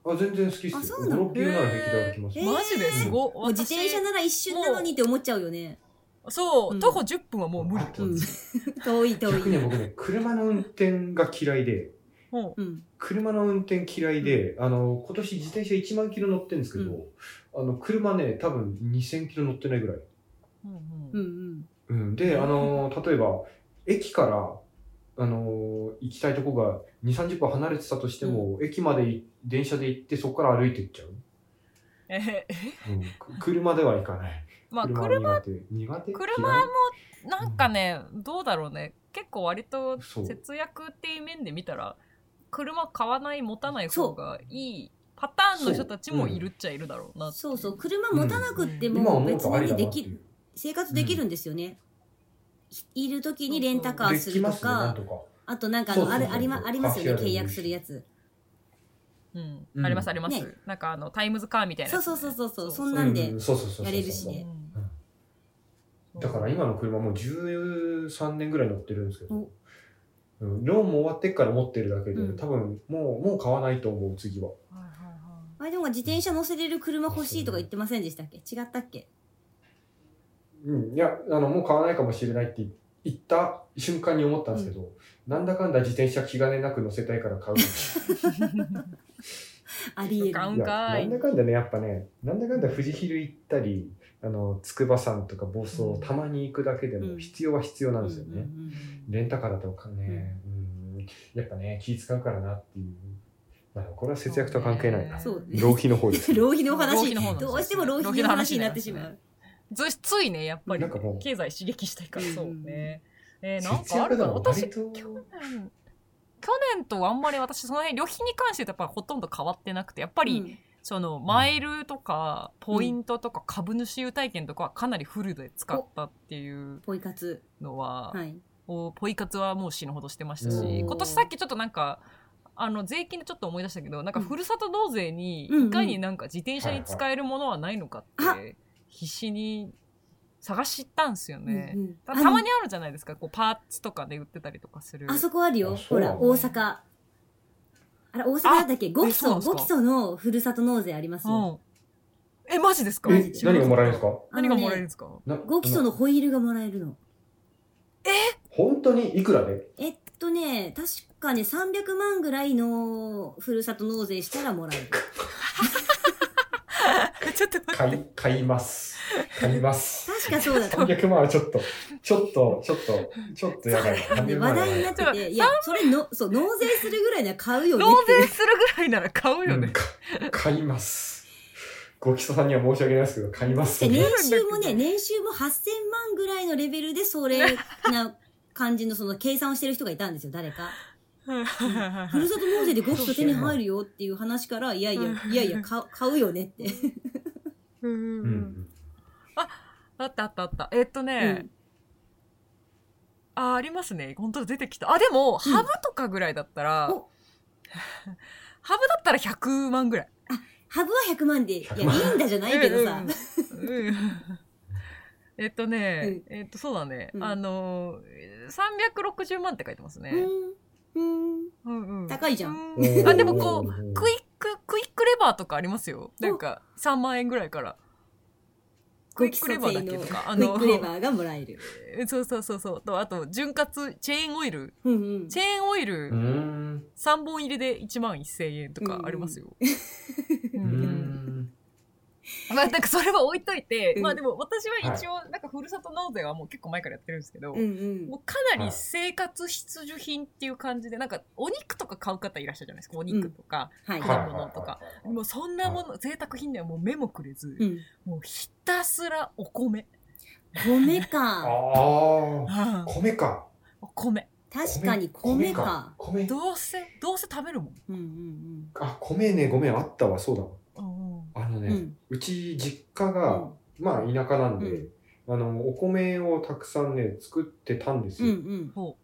Speaker 3: あ、全然好きっ
Speaker 2: あ
Speaker 3: す
Speaker 2: そ
Speaker 3: よ。
Speaker 2: うなの
Speaker 3: 5、6キロなら平気で歩きます
Speaker 2: えー
Speaker 3: よ。
Speaker 1: マジですごっ、
Speaker 2: もう自転車なら一瞬なのにって思っちゃうよね。
Speaker 1: 私そう、
Speaker 2: うん
Speaker 1: 徒歩10分はもう無理
Speaker 3: あと
Speaker 2: うん。 遠い遠
Speaker 3: 逆に
Speaker 2: い。
Speaker 3: 僕ね、車の運転が嫌いで、
Speaker 1: も
Speaker 2: うん。
Speaker 3: 車の運転嫌いで、あの、今年自転車1万キロ乗ってるんですけど、あの、車ね、多分2000キロ乗ってないぐらい。
Speaker 1: う、うんう
Speaker 2: うんんうん。
Speaker 3: うん、で、あのー例えば、駅から、あのー行きたいとこが2、30分離れてたとしても、駅までい電車で行って、そこから歩いていっちゃう。
Speaker 1: ええ
Speaker 3: うん、く車では行かない。
Speaker 1: まあ
Speaker 3: は
Speaker 1: 車
Speaker 3: 苦手。苦手
Speaker 1: 車もなんかね、どうだろうね結構割と
Speaker 3: そう
Speaker 1: 節約っていう面で見たら車買わない持たない方がいいパターンの人たちもいるっちゃいるだろうなってい
Speaker 2: そうそう、車持たなくって
Speaker 3: 今
Speaker 2: も
Speaker 3: 思う
Speaker 2: 別
Speaker 3: とあり
Speaker 2: に
Speaker 3: だ
Speaker 2: で
Speaker 3: なって
Speaker 2: き
Speaker 3: いう。
Speaker 2: 生活できるんですよね。いいる時にレンタカー
Speaker 3: ですき
Speaker 2: る
Speaker 3: ま
Speaker 2: と
Speaker 3: すね、なん
Speaker 2: か、
Speaker 3: とか。
Speaker 2: あとなんかあ
Speaker 3: そう
Speaker 2: の
Speaker 3: そう
Speaker 2: あ
Speaker 3: そう
Speaker 2: るありまありますよね、
Speaker 3: カーシェアで
Speaker 2: 契
Speaker 3: もいいし
Speaker 2: 約するやつ。
Speaker 1: うん
Speaker 3: うん
Speaker 1: ありますあります、
Speaker 2: ね
Speaker 1: なんかあのタイムズカーみたいな
Speaker 2: そ
Speaker 1: や
Speaker 2: う
Speaker 1: つね、
Speaker 2: そうそうそうそ
Speaker 1: そ
Speaker 2: う、そう
Speaker 1: そうん
Speaker 2: なんで
Speaker 3: う。そうそうそうそう
Speaker 2: やれるしね
Speaker 1: うん
Speaker 3: だから今の車もう13年ぐらい乗ってるんですけど
Speaker 2: お、
Speaker 3: うん、ローンも終わってっから持ってるだけで、
Speaker 2: うん
Speaker 3: 多分もうもう買わないと思う次は
Speaker 1: はいはいはい
Speaker 2: あれでも自転車乗せれる車欲しいとか言ってませんでしたっけ違ったっけ
Speaker 3: うんいやあのもう買わないかもしれないって言った瞬間に思ったんですけど、なんだかんだ自転車気兼ねなく乗せたいから買う
Speaker 2: ありえる
Speaker 1: ガ。ウ
Speaker 3: い
Speaker 1: ン
Speaker 3: や
Speaker 1: かー
Speaker 3: ないんだかんだねやっぱねなんだかんだ富士ヒル行ったりあの筑波山とか房
Speaker 1: う
Speaker 3: 総
Speaker 1: ん
Speaker 3: たまに行くだけで
Speaker 2: う
Speaker 3: も
Speaker 2: ん
Speaker 3: 必要は必要なんですよね、
Speaker 2: うんうんうん
Speaker 3: レンタカーだとかね、うん、やっぱね、気使うからなっていう。まあ、これは節約とは関係ないな。
Speaker 2: そうね
Speaker 3: 浪費の方で す。
Speaker 2: 浪費のお話
Speaker 1: 浪費の方なんですよ
Speaker 2: どうしても浪費の話になってしま
Speaker 1: 浪
Speaker 2: う。
Speaker 1: ずついねやっぱり
Speaker 3: なんかもう
Speaker 1: 経済刺激したいから
Speaker 2: うん
Speaker 1: そうね、えー、なん
Speaker 3: 節
Speaker 1: かある
Speaker 3: 約
Speaker 1: かな
Speaker 3: だもん
Speaker 1: 私
Speaker 3: 割
Speaker 1: 去
Speaker 3: と。
Speaker 1: 年去年とあんまり私その辺旅費に関して言うとやっぱほとんど変わってなくてやっぱり、そのマイルとかポイントとか株主優待券とかはかなりフルで使ったっていう
Speaker 2: ポイ活。
Speaker 1: のは、
Speaker 2: はい。
Speaker 1: おポイ活はもう死ぬほどしてましたし
Speaker 3: うん
Speaker 1: 今年さっきちょっとなんかあの税金でちょっと思い出したけどなんか
Speaker 2: うん
Speaker 1: ふるさと納税に
Speaker 2: うんうん
Speaker 1: いかになんか自転車に使えるものはないのかっ
Speaker 2: は
Speaker 1: て必死に探したんですよね
Speaker 2: う。んうん
Speaker 1: たたまにあるじゃないですかこうパーツとかで売ってたりとかする
Speaker 2: あのあそこあるよ。
Speaker 3: あそ
Speaker 2: ほ
Speaker 3: うな
Speaker 2: ら、
Speaker 3: の
Speaker 2: 大阪。あれ、大阪だったっけ五基
Speaker 1: そうなん
Speaker 2: 礎、
Speaker 1: ですか
Speaker 2: 五基礎のふるさと納税ありますよ。
Speaker 1: うん、えマジですか
Speaker 3: え、何がもらえるんです
Speaker 1: か
Speaker 3: か
Speaker 1: 何がもらえるん
Speaker 2: る
Speaker 1: ですか
Speaker 2: 五基礎の。ホイールがもらえるの。
Speaker 3: 本当にいくらで
Speaker 2: えっとね、確かね、300万ぐらいのふるさと納税したらもらえる。
Speaker 1: ちょっと待っ
Speaker 3: 買
Speaker 1: て
Speaker 3: い、買います。買います。
Speaker 2: 確かそうだ った。
Speaker 3: 300万はちょっと、ちょっと、ちょっと、ちょっとやばい。
Speaker 2: で話
Speaker 3: 300万
Speaker 2: 題にな
Speaker 3: は
Speaker 2: ってて、いや、それの、そう、納税するぐらいなら買うよね
Speaker 1: 納
Speaker 2: っていう。
Speaker 1: 税するぐらいなら買うよ
Speaker 3: う
Speaker 1: ね
Speaker 3: ん。か買います。ご基礎さんには申し訳ないですけど、買います
Speaker 2: で
Speaker 3: ね。
Speaker 2: 年収もね、年収も8000万ぐらいのレベルで、それな感じのその計算をしてる人がいたんですよ、誰か。ふるさと納税で5基礎手に入るよっていう話から、いやいや
Speaker 1: う、ん
Speaker 2: いやいや、買う買うよねって。
Speaker 1: うんうんう
Speaker 3: う
Speaker 1: ん
Speaker 3: ん。
Speaker 1: あったあったあった。えっと
Speaker 2: う
Speaker 1: ね、
Speaker 2: ん
Speaker 1: あ、ありますね。本当だ出てきた。あ、でも、ハブとかぐらいだったら、
Speaker 2: お
Speaker 1: ハブだったら100万ぐらい。
Speaker 2: ハブは100万で、いや、い
Speaker 3: 100万
Speaker 2: いんだじゃないけど
Speaker 1: う
Speaker 2: さ
Speaker 1: ん。うん うんえっとね、えっと、そうだね。
Speaker 2: うん
Speaker 1: あのー、360万って書いてますね。
Speaker 2: うん。うん
Speaker 1: うんうん
Speaker 2: 高いじゃん。
Speaker 1: うんあ、でもこう、
Speaker 3: う
Speaker 1: クイック、クイックレバーとかありますよ。なんか、3万円ぐらいから。クイックレバーだっけとか。あ
Speaker 2: クイッ
Speaker 1: の
Speaker 2: ク、レバーがもらえる。
Speaker 1: そうそうそうそう。と、あと、潤滑、チェーンオイル。
Speaker 2: うんうん
Speaker 1: チェーンオイル、
Speaker 3: うん。
Speaker 1: 3本入りで1万1000円とかありますよ。う
Speaker 3: うんん
Speaker 1: まあなんかそれは置いといて、
Speaker 2: うん
Speaker 1: まあでも私は一応なんかふるさと納税はもう結構前からやってるんですけど、
Speaker 2: うんうん
Speaker 1: もうかなり生活必需品っていう感じで、なんかお肉とか買う方いらっしゃるじゃないですか。お肉とか、
Speaker 2: はい。
Speaker 1: 果物とか。
Speaker 3: はい
Speaker 1: もうそんなもの、贅沢品ではもう目もくれず、
Speaker 2: うん。
Speaker 1: もうひたすらお米。
Speaker 2: 米
Speaker 3: あ
Speaker 2: か。
Speaker 3: あ、
Speaker 1: ああ
Speaker 3: 米か。
Speaker 1: お米。
Speaker 2: 確かに米か。
Speaker 3: 米。
Speaker 1: どうせ、どうせ食べるもん。
Speaker 2: うんうん
Speaker 3: あ、米ね、ごめん、あったわ、そうだわ。
Speaker 1: うんうん
Speaker 3: あの
Speaker 2: う
Speaker 3: ね、
Speaker 2: ん。う。
Speaker 3: うんち実家が、まあ田舎なんで、
Speaker 2: うん
Speaker 3: あの、お米をたくさんね、作ってたんです
Speaker 2: うん
Speaker 3: よ。
Speaker 2: うん。
Speaker 1: ほ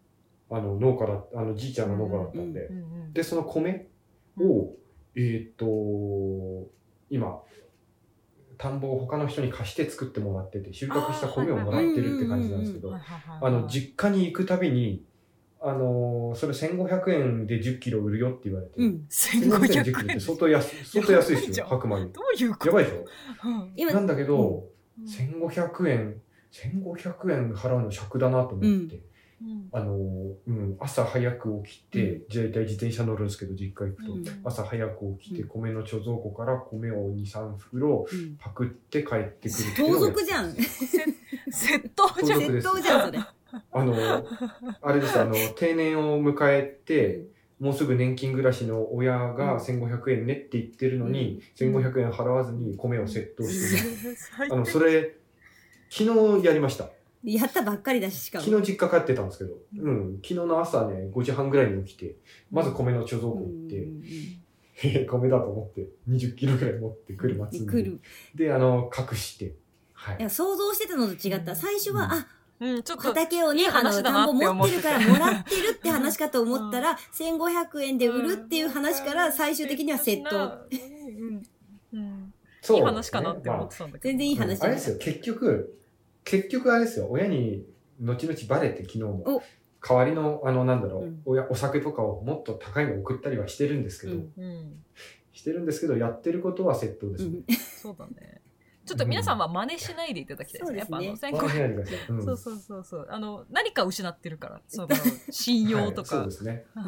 Speaker 3: あの、農家だ、あの、じいちゃんが農家だったんで。
Speaker 1: う。うんうん、
Speaker 3: で、その米を、えーっ、と、今、田んぼを他の人に貸して作ってもらってて、収穫した米をもらってるって感じなんですけど、あの、
Speaker 1: じ
Speaker 3: 実家に行くたびに、あのーそれ1500円で10キロ売るよって言われて、
Speaker 2: うん。
Speaker 3: 1500円で10
Speaker 1: 1500
Speaker 3: キロっ
Speaker 1: 円
Speaker 3: て相当安い、相当安いですよ、
Speaker 1: や
Speaker 3: 白米。
Speaker 1: どういうこと
Speaker 3: やばいでしょ
Speaker 1: うん
Speaker 2: 今、
Speaker 3: なんだけど、
Speaker 1: うん
Speaker 3: 1500円、1500円払うの尺だなと思っ
Speaker 2: う
Speaker 3: て、
Speaker 2: ん
Speaker 1: うん
Speaker 3: あのーうん、朝早く起きて、大体自転車乗るんですけど、実家行くと。
Speaker 2: うん
Speaker 3: 朝早く起きて
Speaker 2: う
Speaker 3: 米の貯蔵庫から米を23袋
Speaker 2: うん
Speaker 3: パクって帰ってくるってい
Speaker 2: 盗
Speaker 3: うのをやって
Speaker 2: 賊じゃん。
Speaker 1: 窃盗じゃん
Speaker 3: 盗賊で
Speaker 2: 窃
Speaker 3: す
Speaker 2: 盗じゃん、それ。
Speaker 3: あのあれですあの定年を迎えてもうすぐ年金暮らしの親
Speaker 2: うん
Speaker 3: が1500円ねって言ってるのに、1500円払わずに米を窃盗してる、
Speaker 1: 最
Speaker 3: あの
Speaker 1: 低
Speaker 3: それ昨日やりました
Speaker 2: やったばっかりだし、しかも。
Speaker 3: 昨日実家帰ってたんですけど、うん、昨日の朝ね5時半ぐらいに起きてまず米の貯蔵庫
Speaker 2: う
Speaker 3: 行
Speaker 2: ん
Speaker 3: って、米だと思って20キロぐらい持って車積んで
Speaker 2: 来る。
Speaker 3: であの隠してはい
Speaker 2: いや、想像してたのと違った。最初
Speaker 3: う
Speaker 2: は、
Speaker 3: ん
Speaker 2: あ、
Speaker 1: うん、ちょっと、
Speaker 2: 畑をね、あの、
Speaker 1: 話だな
Speaker 2: 田
Speaker 1: っ
Speaker 2: ん
Speaker 1: て
Speaker 2: ぼ
Speaker 1: 思
Speaker 2: 持
Speaker 1: っ
Speaker 2: ってて
Speaker 1: る
Speaker 2: るからもらってるって話かと思ったら、1500円で売るっていう話から、最終的には窃盗。
Speaker 1: うん。うん
Speaker 3: そう
Speaker 1: いい話かなって思ってたんだけど。
Speaker 2: 全然いい話
Speaker 3: あれですよ、結局、結局あれですよ、親に後々バレて昨日も
Speaker 2: お。
Speaker 3: 代わりの、あの、なんだろう、
Speaker 2: うん
Speaker 3: 親、お酒とかをもっと高いの送ったりはしてるんですけど、
Speaker 2: うん
Speaker 1: うん。
Speaker 3: してるんですけど、やってることは窃盗です、ね。
Speaker 1: そうだね。ちょっと皆さんは真似しないでいただきたいですね。やっぱ
Speaker 2: そう
Speaker 1: あ
Speaker 2: ですね
Speaker 1: の、先
Speaker 3: 真似しないでください。うん
Speaker 1: そうそうそうそう。あの、何か失ってるから。その、信用と
Speaker 3: は
Speaker 1: か
Speaker 3: いそうで、すね。う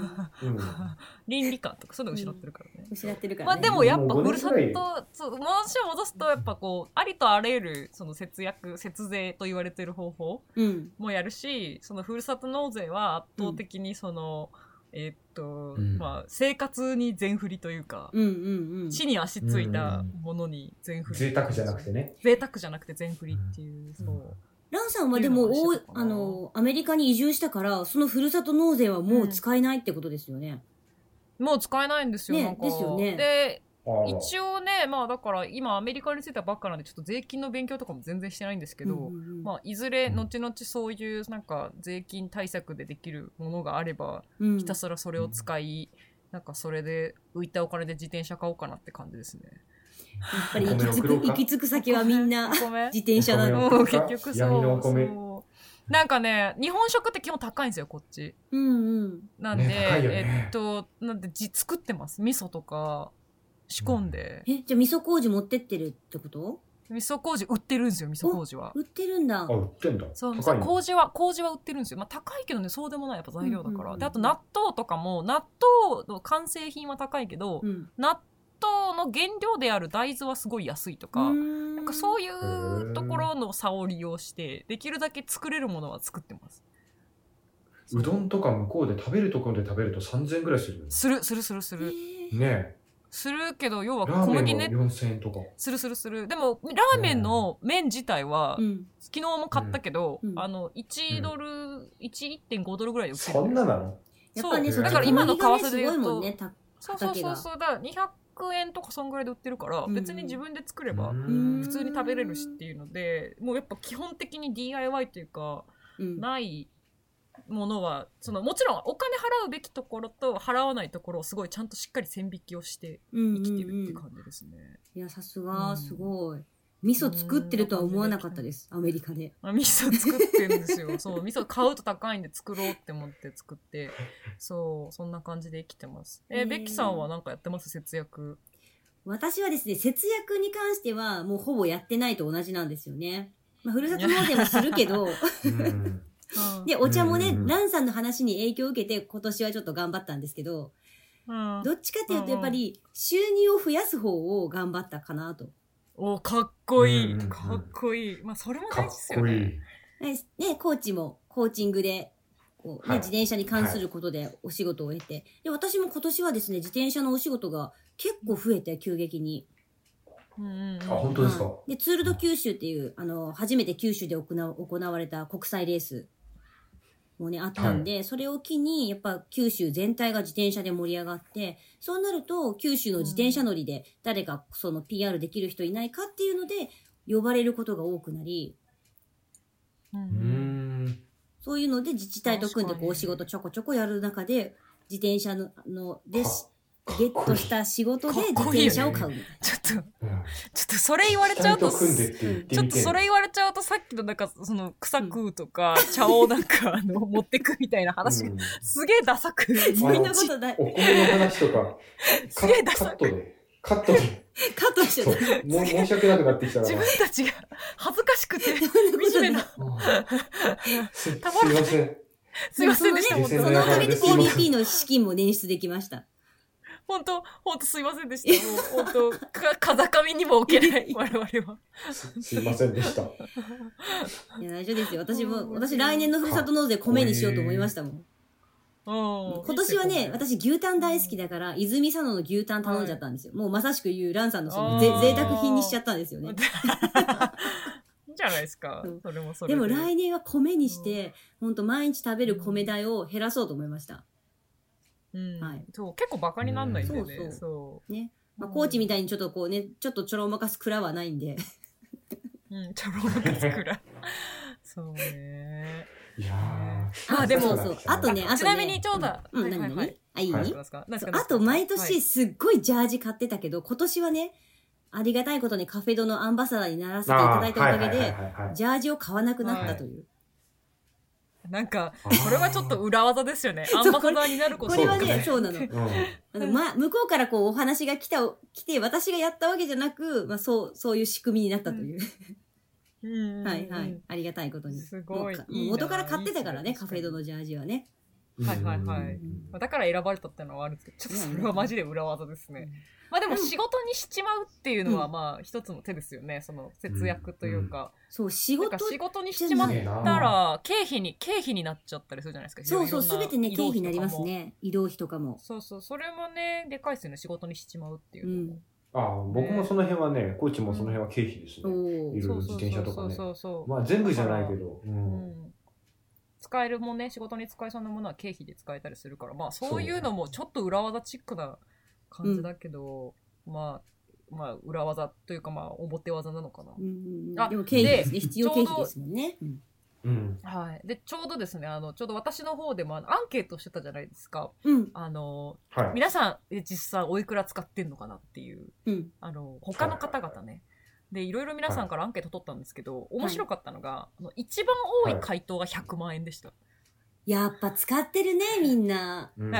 Speaker 1: 倫理観とか、そういうの失ってるからね。
Speaker 2: 失ってるか
Speaker 1: ま
Speaker 2: ら
Speaker 1: あ
Speaker 2: ね。
Speaker 1: でもやっぱ
Speaker 3: もう
Speaker 1: ふ
Speaker 3: 五
Speaker 1: る
Speaker 3: 年
Speaker 1: さ
Speaker 3: ぐらい
Speaker 1: と、そう、話を戻すと、やっぱこう、ありとあらゆる、その節約、節税と言われてる方法
Speaker 2: うん。
Speaker 1: もやるし、そのふるさと納税は圧倒的にその、えーっと、
Speaker 3: うん
Speaker 1: まあ、生活に全振りというか、
Speaker 2: うんうんうん。
Speaker 1: 地に足ついたものに全振
Speaker 3: ん。
Speaker 1: り。
Speaker 3: 贅沢じゃなくてね。
Speaker 1: 贅沢じゃなくて全振りっていう、そう。
Speaker 2: ランさんはでも、
Speaker 1: っていうの
Speaker 2: お
Speaker 1: が
Speaker 2: い
Speaker 1: 一緒かな
Speaker 2: あの、アメリカに移住したから、そのふるさと納税はもう使えないってことですよね。
Speaker 1: もう使えないんですよ、
Speaker 2: ね
Speaker 1: なんか。
Speaker 2: ですよね
Speaker 1: で、
Speaker 3: ああ
Speaker 1: 一応ね、まあだから今アメリカに着いたばっかなんで、ちょっと税金の勉強とかも全然してないんですけど、
Speaker 2: うんうんうん
Speaker 1: まあ、いずれ
Speaker 3: うん
Speaker 1: 後々そういうなんか税金対策でできるものがあれば
Speaker 2: うん
Speaker 1: ひたすらそれを使い、なんかそれで浮いたお金で自転車買おうかなって感じですね。
Speaker 2: やっぱり行き着
Speaker 3: お米を送
Speaker 2: く、
Speaker 3: ろうか
Speaker 2: 行き着く先はみ んな
Speaker 1: お、米
Speaker 2: 自転車な
Speaker 3: お米
Speaker 2: の。
Speaker 3: を
Speaker 1: うん結局そう
Speaker 3: 闇のお米
Speaker 1: そうなんかね日本食って基本高いんですよこっち。
Speaker 2: うんうん。
Speaker 1: なんで、
Speaker 3: ね高いよね
Speaker 1: えっとなんでじ作ってます味噌とか仕込んで、
Speaker 2: え、じゃあ味噌麹持ってってるってこと
Speaker 1: 味噌麹売ってるんですよ味噌麹は。
Speaker 2: 売ってるんだ。
Speaker 3: あ、売ってんだ。
Speaker 1: そう
Speaker 3: 高いの。
Speaker 1: 麹は麹は売ってるんですよ、まあ、高いけどねそうでもないやっぱ材料だから、
Speaker 2: うんうんうん
Speaker 1: であと納豆とかも納豆の完成品は高いけど、
Speaker 2: うん。
Speaker 1: 納豆の原料である大豆はすごい安いとか、
Speaker 2: な
Speaker 1: なんかそう
Speaker 2: い
Speaker 1: いうところの差を利用してできるだけ作れるものは作ってます
Speaker 3: うどんとか向こうで食べるところで食べると3000円ぐらいするよね。
Speaker 1: するするするする
Speaker 3: ね
Speaker 1: するけど要
Speaker 3: え。
Speaker 1: は
Speaker 3: ラ
Speaker 1: 小
Speaker 3: ー
Speaker 1: 麦
Speaker 3: メン
Speaker 1: ね
Speaker 3: も4000円とか。
Speaker 1: するするするでもラーメンの麺自体は、
Speaker 2: うん。
Speaker 1: 昨日も買ったけど、
Speaker 2: うん
Speaker 1: あの1ドル、1.5ドルぐらいで売ってる
Speaker 3: そんななの
Speaker 2: やっぱね、そ
Speaker 3: そうだから
Speaker 1: 今の為替で
Speaker 2: 小麦がね
Speaker 1: 言
Speaker 2: すごいう
Speaker 1: と
Speaker 2: もんね、た
Speaker 1: そうそうそうそうだから200円とかそんぐらいで売ってるから、
Speaker 2: うん
Speaker 1: 別に自分で作れば
Speaker 3: うん
Speaker 1: 普通に食べれるしっていうのでもうやっぱ基本的に DIY というか
Speaker 2: うん。
Speaker 1: ないものはそのもちろんお金払うべきところと払わないところをすごいちゃんとしっかり線引きをして
Speaker 2: 生
Speaker 1: 生きてるっていう
Speaker 2: か。
Speaker 1: 感じですね。
Speaker 2: いや、さす
Speaker 1: う
Speaker 2: が、
Speaker 1: ん
Speaker 2: すごい。味噌作ってるとは思わなかったです、アメリカで。
Speaker 1: あ味噌作ってるんですよ そう味噌買うと高いんで作ろうって思って作ってそうそんな感じで生きてます。え
Speaker 2: へー
Speaker 1: ベッキさんは何かやってます節約
Speaker 2: 私はですね、節約に関しては、もうほぼやってないと同じなんですよね。まあ、ふるさと納税もする けど、
Speaker 3: うん
Speaker 2: で、お茶もね
Speaker 3: うんうんう、ん
Speaker 2: ランさんの話に影響を受けて、今年はちょっと頑張ったんですけど、
Speaker 1: うんうん
Speaker 2: どっちかっていうと、やっぱり、収入を増やす方を頑張ったかなと。
Speaker 1: おかっこいい、
Speaker 3: うんうんうん
Speaker 1: かっこいいまあそれも
Speaker 3: か
Speaker 1: 大
Speaker 3: っ
Speaker 1: 事ですよ
Speaker 3: こい
Speaker 1: ね
Speaker 3: い。
Speaker 2: ね、ねコーチも、コーチングで、こう、ね
Speaker 3: はい
Speaker 2: 自転車に関することでお仕事を得て、で、私も今年はですね、自転車のお仕事が結構増えて、急激に。
Speaker 1: うんうんうん
Speaker 3: あ、本当ですか。
Speaker 2: はいで、ツールド九州っていう、あの、初めて九州で行う行われた国際レースもね、あったんで、それを機に、やっぱ九州全体が自転車で盛り上がって、そうなると、九州の自転車乗りで、誰かその PR できる人いないかっていうので、呼ばれることが多くなり、
Speaker 1: う
Speaker 3: うー
Speaker 1: ん
Speaker 3: ん。
Speaker 2: そういうので自治体と組んで
Speaker 1: 確か
Speaker 2: こう
Speaker 1: に
Speaker 2: 仕事ちょこちょこやる中で、自転車の、あの、でし、
Speaker 3: かっこ
Speaker 2: ゲ
Speaker 3: いい
Speaker 2: ットした仕事で自
Speaker 1: かっこいい
Speaker 2: 転
Speaker 1: よね
Speaker 2: 車を買うみたいな。
Speaker 1: ちょっとちょっ
Speaker 3: うん
Speaker 1: とそれ言われちゃうと
Speaker 3: 機体組んでって言ってみて
Speaker 1: ちょっとそれ言われちゃうとさっきのなんかその草食うとか茶をなんかあの持ってくみたいな話が
Speaker 3: うん
Speaker 1: すげえダサく
Speaker 2: そんなことない。
Speaker 3: お米の話とか、
Speaker 1: す
Speaker 3: カ
Speaker 1: げえダサ
Speaker 3: カットで。カットで。
Speaker 2: カットしちゃ
Speaker 3: そ
Speaker 2: っ
Speaker 3: う
Speaker 2: た。。
Speaker 3: もう申し訳なくなってきたな。
Speaker 1: 自分たちが恥ずかしくて
Speaker 2: そんなこと
Speaker 1: 惨め
Speaker 2: な。
Speaker 1: ない
Speaker 3: うんすすい
Speaker 1: た
Speaker 3: ま
Speaker 1: まらない
Speaker 3: せん。
Speaker 1: すいませんでした
Speaker 2: その
Speaker 1: 本当に
Speaker 2: ねそのおかげで PDP の資金も捻出できました。
Speaker 1: 本当本当すいませんでしたもう本当か風上にも置けない我々は
Speaker 3: すすいませんでした。
Speaker 2: いや、大丈夫ですよ。私
Speaker 1: うん
Speaker 2: も、私来年のふるさと納税米にしようと思いましたもん。
Speaker 1: うん
Speaker 2: 今年はね、私牛タン大好きだから、泉佐野の牛タン頼んじゃったんですよ。もうまさしく言う、ランさんのそのぜ
Speaker 3: あー
Speaker 2: 贅沢品にしちゃったんですよね。
Speaker 1: い いじゃないですか
Speaker 2: うん
Speaker 1: それもそれ
Speaker 2: でも来年は米にして、ほんと毎日食べる米代を減らそうと思いました。
Speaker 1: うん
Speaker 2: はい
Speaker 1: そう結構バカになんないんだよね
Speaker 2: うんそう
Speaker 1: そ
Speaker 2: ね。まあ、
Speaker 1: うん
Speaker 2: 高知みたいにちょっとこうね、ちょっとちょろまかす蔵はないんで。
Speaker 1: ううん 茶ロールくらいそうね
Speaker 3: いや ー
Speaker 1: あでも
Speaker 2: そうそう。あとね、あとね。
Speaker 1: ちなみにちょうどは
Speaker 2: うん、
Speaker 1: い
Speaker 2: 何
Speaker 1: はい
Speaker 2: 何、
Speaker 1: はい
Speaker 2: あ、いい、
Speaker 3: はい
Speaker 1: 何ですか何ですか
Speaker 2: そう
Speaker 1: 何で
Speaker 2: あ
Speaker 1: すか
Speaker 2: と毎
Speaker 1: はい
Speaker 2: 年すっごいジャージ買ってたけど、今年はね、ありがたいことにカフェドのアンバサダーにならせていただいたおかげ
Speaker 3: あー
Speaker 2: で
Speaker 3: はいはいは、いはいはい
Speaker 2: ジャージを買わなくなったという。
Speaker 1: なんか
Speaker 3: あー
Speaker 1: これはちょっと裏技です よねア
Speaker 2: う
Speaker 1: ンバサダーになるこ
Speaker 2: ことれは
Speaker 3: そう
Speaker 2: ね、
Speaker 3: ね
Speaker 2: そうなの。
Speaker 3: うん
Speaker 2: あの、ま、向こうからこうお話が来た、来て、私がやったわけじゃなく、まあ、そう、そういう仕組みになったという。
Speaker 1: うん
Speaker 2: はいは
Speaker 1: うん
Speaker 2: い。ありがたいことに。
Speaker 1: すごい
Speaker 2: もうか
Speaker 1: いいな
Speaker 2: もう元から買ってたから
Speaker 1: いい
Speaker 2: ね、
Speaker 1: ですね
Speaker 2: カフェドのジャージはね。
Speaker 1: はいはいはい
Speaker 3: うん
Speaker 1: まあだから選ばれたってのはあるんですけど、ちょっとそれはマジで裏技ですね。まあでも仕事にしちまうっていうのは
Speaker 2: う
Speaker 1: まあ一つの手ですよね、その節約というか。
Speaker 2: そう、仕
Speaker 1: なん
Speaker 2: 事
Speaker 1: か仕事にしちまっ
Speaker 3: すげえな
Speaker 1: たら経費に、経費になっちゃったりするじゃないですか。
Speaker 2: そうそう、
Speaker 1: いろ
Speaker 2: す
Speaker 1: いろ
Speaker 2: べてね、
Speaker 1: 移
Speaker 2: 経
Speaker 1: 動
Speaker 2: 費
Speaker 1: 費
Speaker 2: になります
Speaker 1: とかも。
Speaker 2: ね。移動費とかも。
Speaker 1: そうそう、それもね、でかいですよね、仕事にしちまうっていううのも。
Speaker 2: ん。
Speaker 3: あー僕もその辺はね、コーチもその辺は経費です
Speaker 2: お
Speaker 3: ね。
Speaker 2: ー
Speaker 3: いろい
Speaker 1: そ
Speaker 3: ろ
Speaker 1: う
Speaker 3: 自
Speaker 1: そう
Speaker 3: 転車と
Speaker 1: そ
Speaker 3: か
Speaker 1: う
Speaker 3: ね。
Speaker 1: そうそう。
Speaker 3: まあ全部じゃないけど。
Speaker 1: う
Speaker 3: う
Speaker 1: んん使えるもんね仕事に使えそうなものは経費で使えたりするからまあそういうのもちょっと裏技チックな感じだけど、まあまあ裏技というかまあ表技なのかな、
Speaker 2: うんうんうん
Speaker 1: あ
Speaker 2: でも経費ですね。必要経
Speaker 1: ちょう
Speaker 2: 費
Speaker 1: ど
Speaker 2: ですもんね。うん
Speaker 3: うん。
Speaker 1: はいでちょうどですねあのちょうど私の方でもあのアンケートしてたじゃないですか
Speaker 2: うん。
Speaker 1: あの
Speaker 3: はい。
Speaker 1: 皆さんえ実際おいくら使ってんのかなっていう
Speaker 2: うん。
Speaker 1: あの他の方々ねでいろいろ皆さんからアンケート取ったんですけど、面白かったのがあの一番多い回答が100万円でした。
Speaker 2: やっぱ使ってるね、みんな。
Speaker 3: うん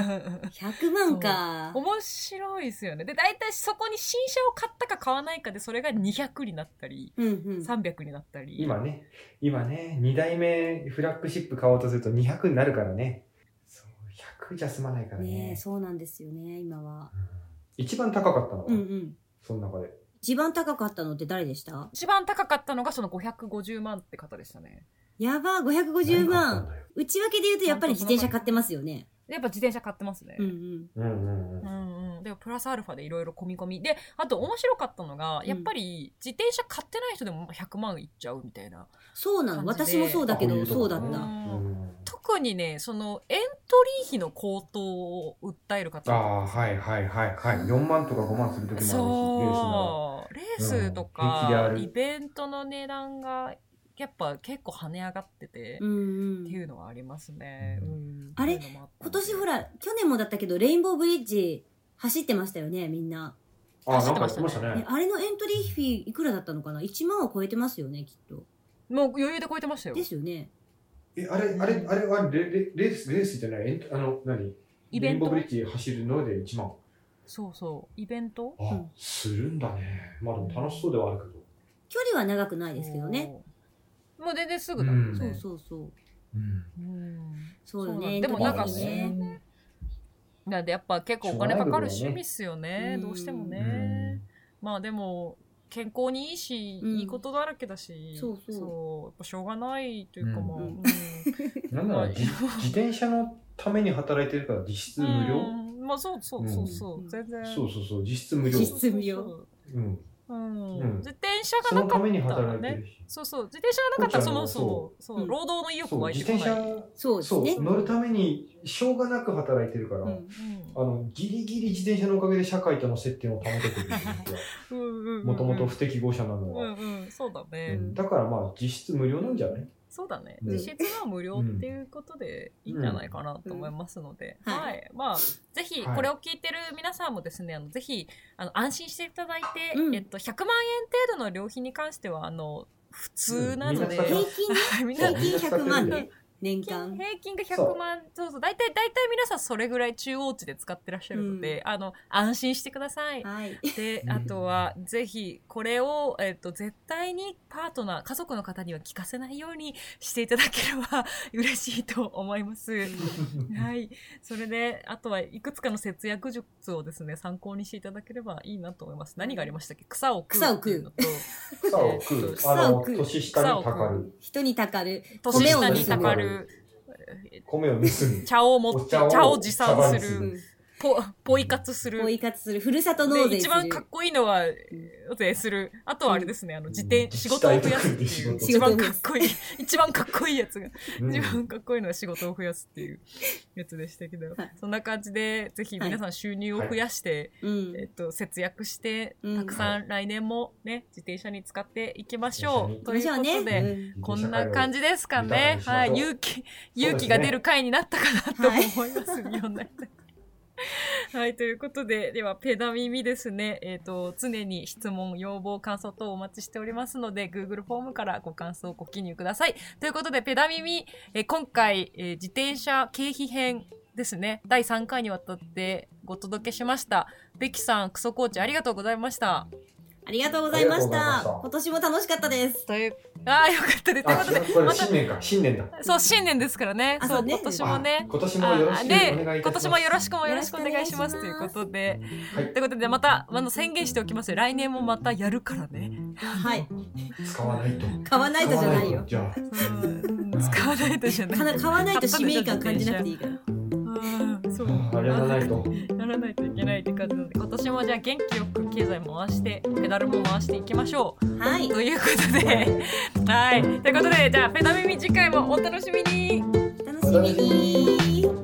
Speaker 2: 100万か。
Speaker 1: 面白いですよね。で、大体そこに新車を買ったか買わないかで、それが200になったり、
Speaker 2: うんうん。
Speaker 1: 300になったり。
Speaker 3: 今ね、今ね、2代目フラッグシップ買おうとすると200になるからね。そう、100じゃ済まないから
Speaker 2: ねえ
Speaker 3: ね。
Speaker 2: そうなんですよね、今は。
Speaker 3: うん一番高かったのは
Speaker 2: うんうん。
Speaker 3: その中で。
Speaker 2: 一番高かったのって誰でした
Speaker 1: 一番高かったのがその550万って方でしたね。
Speaker 2: やばー、550
Speaker 3: 何買ったん
Speaker 2: 万。
Speaker 3: だよ。
Speaker 2: 内訳で言うとやっぱり自転車買ってますよね。
Speaker 1: でやっぱ自転車買ってますね。
Speaker 2: うんうん。
Speaker 3: うんうんうん
Speaker 1: う。んうん、でもプラスアルファでいろいろ込み込みであと面白かったのが、
Speaker 2: うん
Speaker 1: やっぱり自転車買ってない人でも100万いっちゃうみたいな
Speaker 2: そうなの。
Speaker 1: 感じ
Speaker 2: 私
Speaker 1: で
Speaker 2: もそうだけ
Speaker 3: あこうい
Speaker 2: ど、
Speaker 3: うと
Speaker 2: そ
Speaker 3: こ
Speaker 2: うだっ
Speaker 1: う
Speaker 2: た。
Speaker 1: ん
Speaker 3: うん
Speaker 1: 特にねそのエントリー費の高騰を訴える方
Speaker 3: ああ、はいはいはいはい。4万とか5万するときもあるし、
Speaker 1: そうレースと
Speaker 3: うん平気であ
Speaker 1: か
Speaker 3: る
Speaker 1: イベントの値段がやっぱ結構跳ね上がってて、
Speaker 2: うんうん
Speaker 1: って。いうのはありますね、
Speaker 3: うん
Speaker 1: うん
Speaker 2: あ
Speaker 1: そ
Speaker 2: れ
Speaker 1: ういうのもった
Speaker 2: 今
Speaker 1: んで
Speaker 2: 年ほら、去年もだったけど、レインボーブリッジ走ってましたよね、みんな。
Speaker 3: レースならあ、
Speaker 1: 走
Speaker 3: な
Speaker 1: ってま
Speaker 3: んかや
Speaker 1: し
Speaker 3: ったて
Speaker 1: ね
Speaker 3: ま
Speaker 2: ね
Speaker 3: したね。
Speaker 2: あれのエントリーフィーいくらだったのかな ?1 万を超えてますよね、きっと。
Speaker 1: もう余裕で超えてましたよ
Speaker 2: ですよね。
Speaker 3: え、あれ、あれ、あれはレレレース、レースじゃない、エンあの、何
Speaker 1: イベン
Speaker 3: レインボー
Speaker 1: ト
Speaker 3: ブリッジ走るので1万。
Speaker 1: そうそうイベント
Speaker 3: あ、
Speaker 2: うん
Speaker 3: するんだね。まあでも楽しそうではあるけど。
Speaker 2: 距離は長くないですけどね。
Speaker 1: もう全然すぐだもんね、
Speaker 3: ん
Speaker 2: そうそうそう。
Speaker 3: うん。
Speaker 1: うん
Speaker 2: そうよ
Speaker 1: そうなん
Speaker 2: ね。
Speaker 1: でもなん
Speaker 2: エ
Speaker 3: か
Speaker 2: ントリーフィーね。
Speaker 1: なんでやっぱ結構お金かかる趣味っすよね
Speaker 2: うん
Speaker 1: どうしても
Speaker 3: う
Speaker 1: ね
Speaker 3: ん、
Speaker 1: まあでも健康にいいし、
Speaker 2: うん
Speaker 1: いいことだらけだし
Speaker 2: そうそう
Speaker 1: やっぱしょうがないというかまあ、
Speaker 2: うん
Speaker 1: うん
Speaker 3: なんなら、じ自転車のために働いてるから実質無料。
Speaker 1: うんまあそうそうそうそう、
Speaker 2: うん
Speaker 1: 全然
Speaker 3: そうそうそう、実質無料。
Speaker 2: 実質無料
Speaker 1: そうそう
Speaker 3: うん。
Speaker 1: そううん
Speaker 3: うん
Speaker 1: 自転車
Speaker 3: そ
Speaker 1: が
Speaker 3: の
Speaker 1: なか
Speaker 3: た
Speaker 1: った
Speaker 3: めに
Speaker 1: ら
Speaker 3: 働いて
Speaker 1: ね
Speaker 3: るし。
Speaker 1: そうそう自転車がなかったらそもそも
Speaker 3: そ
Speaker 1: そ
Speaker 3: う
Speaker 1: う
Speaker 2: うん
Speaker 1: 労働の意欲
Speaker 3: そう
Speaker 1: は
Speaker 3: 自
Speaker 1: いてこ
Speaker 3: 転
Speaker 1: ない、
Speaker 3: 車
Speaker 2: そうです
Speaker 3: そう
Speaker 2: ね。
Speaker 3: 乗るためにしょうがなく働いてるから、
Speaker 2: うん
Speaker 1: うん
Speaker 3: あのギリギリ自転車のおかげで社会との接点を保ててるんですよもともと不適合者なの
Speaker 1: う
Speaker 3: は、
Speaker 1: んうん、そうだ
Speaker 3: う
Speaker 1: ね、
Speaker 3: ん、だからまあ実質無料なんじゃない
Speaker 1: そうだね、
Speaker 3: うん
Speaker 1: 実質は無料っていうことでいいんじゃないかなと思いますので、
Speaker 2: うんうん
Speaker 1: はい、まあぜひ
Speaker 3: はい
Speaker 1: これを聞いてる皆さんもですね、あのぜひあの安心していただいて、
Speaker 2: うん
Speaker 1: えっと100万円程度の料金に関してはあの普通なので、
Speaker 3: うんみんな使って
Speaker 2: 平
Speaker 3: ます
Speaker 1: みんな
Speaker 2: 均ね、平均100万ね、年間。
Speaker 1: 平均が
Speaker 3: そ
Speaker 1: 100
Speaker 3: う
Speaker 1: 万そうそう大体大体皆さんそれぐらい中央値で使ってらっしゃるので、あの安心してください。
Speaker 2: はい。
Speaker 1: で
Speaker 3: うん
Speaker 1: あとはぜひこれを、えっと絶対にパートナー家族の方には聞かせないようにしていただければ 嬉しいと思います。はい、それであとはいくつかの節約術をですね参考にしていただければいいなと思います。何がありましたっけ草を食うっていうのと
Speaker 3: 草を食うあ
Speaker 2: 草を
Speaker 3: の
Speaker 2: 食う
Speaker 3: 年下にたかる
Speaker 2: 人にたかる。
Speaker 1: 年下に
Speaker 2: 米を盗
Speaker 1: た
Speaker 2: む
Speaker 1: かる
Speaker 3: 米 を盗む
Speaker 1: 茶を持って
Speaker 3: お茶を
Speaker 1: 茶を持参す
Speaker 3: 茶番
Speaker 1: る
Speaker 3: す
Speaker 2: う
Speaker 3: る。
Speaker 2: ん。
Speaker 1: ポポイ活する
Speaker 2: ポイ活する。ふるさと納
Speaker 1: で
Speaker 2: 税
Speaker 1: 一
Speaker 2: す
Speaker 1: 番かっ
Speaker 2: る。
Speaker 1: こいいのはお手するあとはあれですねあの
Speaker 3: うん
Speaker 1: 自転仕事を増やすっていう一
Speaker 3: 自
Speaker 2: 治体
Speaker 1: 番
Speaker 2: とか
Speaker 1: か
Speaker 2: で
Speaker 1: っこ いい一番かっこいいやつが
Speaker 3: うん
Speaker 1: 一番かっこいいのは仕事を増やすっていうやつでしたけど
Speaker 2: はい
Speaker 1: そんな感じでぜひ皆さん収入を増やして
Speaker 2: うん
Speaker 1: えっと節約して
Speaker 2: うん
Speaker 1: たくさん来年もね自転車に使っていきましょうと
Speaker 2: 行きま
Speaker 1: いう
Speaker 2: しょう
Speaker 1: こ
Speaker 2: ね。
Speaker 1: とで
Speaker 2: うん
Speaker 1: こんな感じですかね。
Speaker 3: 社
Speaker 1: は
Speaker 3: 会
Speaker 1: い、
Speaker 3: を
Speaker 1: 勇気、勇気が出る回になったかなと思います。日本だったはい、ということで、では、ペダ耳ですね。えっ、と、常に質問、要望、感想等お待ちしておりますので、Google フォームからご感想、ご記入ください。ということで、ペダ耳、えー今回、えー自転車経費編ですね。第3回にわたってご届けしました。ベキさん、クソコーチ、ありがとうございました。
Speaker 2: ありがとうございまし
Speaker 3: あ
Speaker 2: た
Speaker 3: りがとう。
Speaker 2: 今
Speaker 3: ご
Speaker 2: 年も楽しかった です。
Speaker 1: という、ああ、よかったです。という
Speaker 3: あ
Speaker 1: ことで、
Speaker 3: これ新年か新年だ
Speaker 1: そう、新年ですからね。
Speaker 2: あ
Speaker 1: そう、
Speaker 2: そうね
Speaker 1: 今年もね
Speaker 3: あ。今年もよろ
Speaker 1: あ
Speaker 3: しくお
Speaker 1: で
Speaker 3: 願いいたします
Speaker 1: 今年もよろしくもよろしくお願いします
Speaker 2: よ
Speaker 1: と
Speaker 2: ろ
Speaker 1: いうこ
Speaker 2: しくお願いします
Speaker 1: と
Speaker 3: は
Speaker 1: で。
Speaker 3: い
Speaker 1: ということでまたあの宣言しておきますよ来年もまたやるからね。
Speaker 2: はい。
Speaker 3: 使わないと
Speaker 2: 買わないとじゃないよ。
Speaker 3: じゃあ
Speaker 1: うん使わないとじゃな。
Speaker 2: かない 買わないと使命感感じなくていいから。
Speaker 1: うんそう
Speaker 3: あーやらないと
Speaker 1: やらないといけないって感じなので今年もじゃあ元気よく経済回してペダルも回していきましょう。
Speaker 2: はい。
Speaker 1: ということではいということでじゃあペダ耳次回もお楽しみに
Speaker 2: 楽しみに。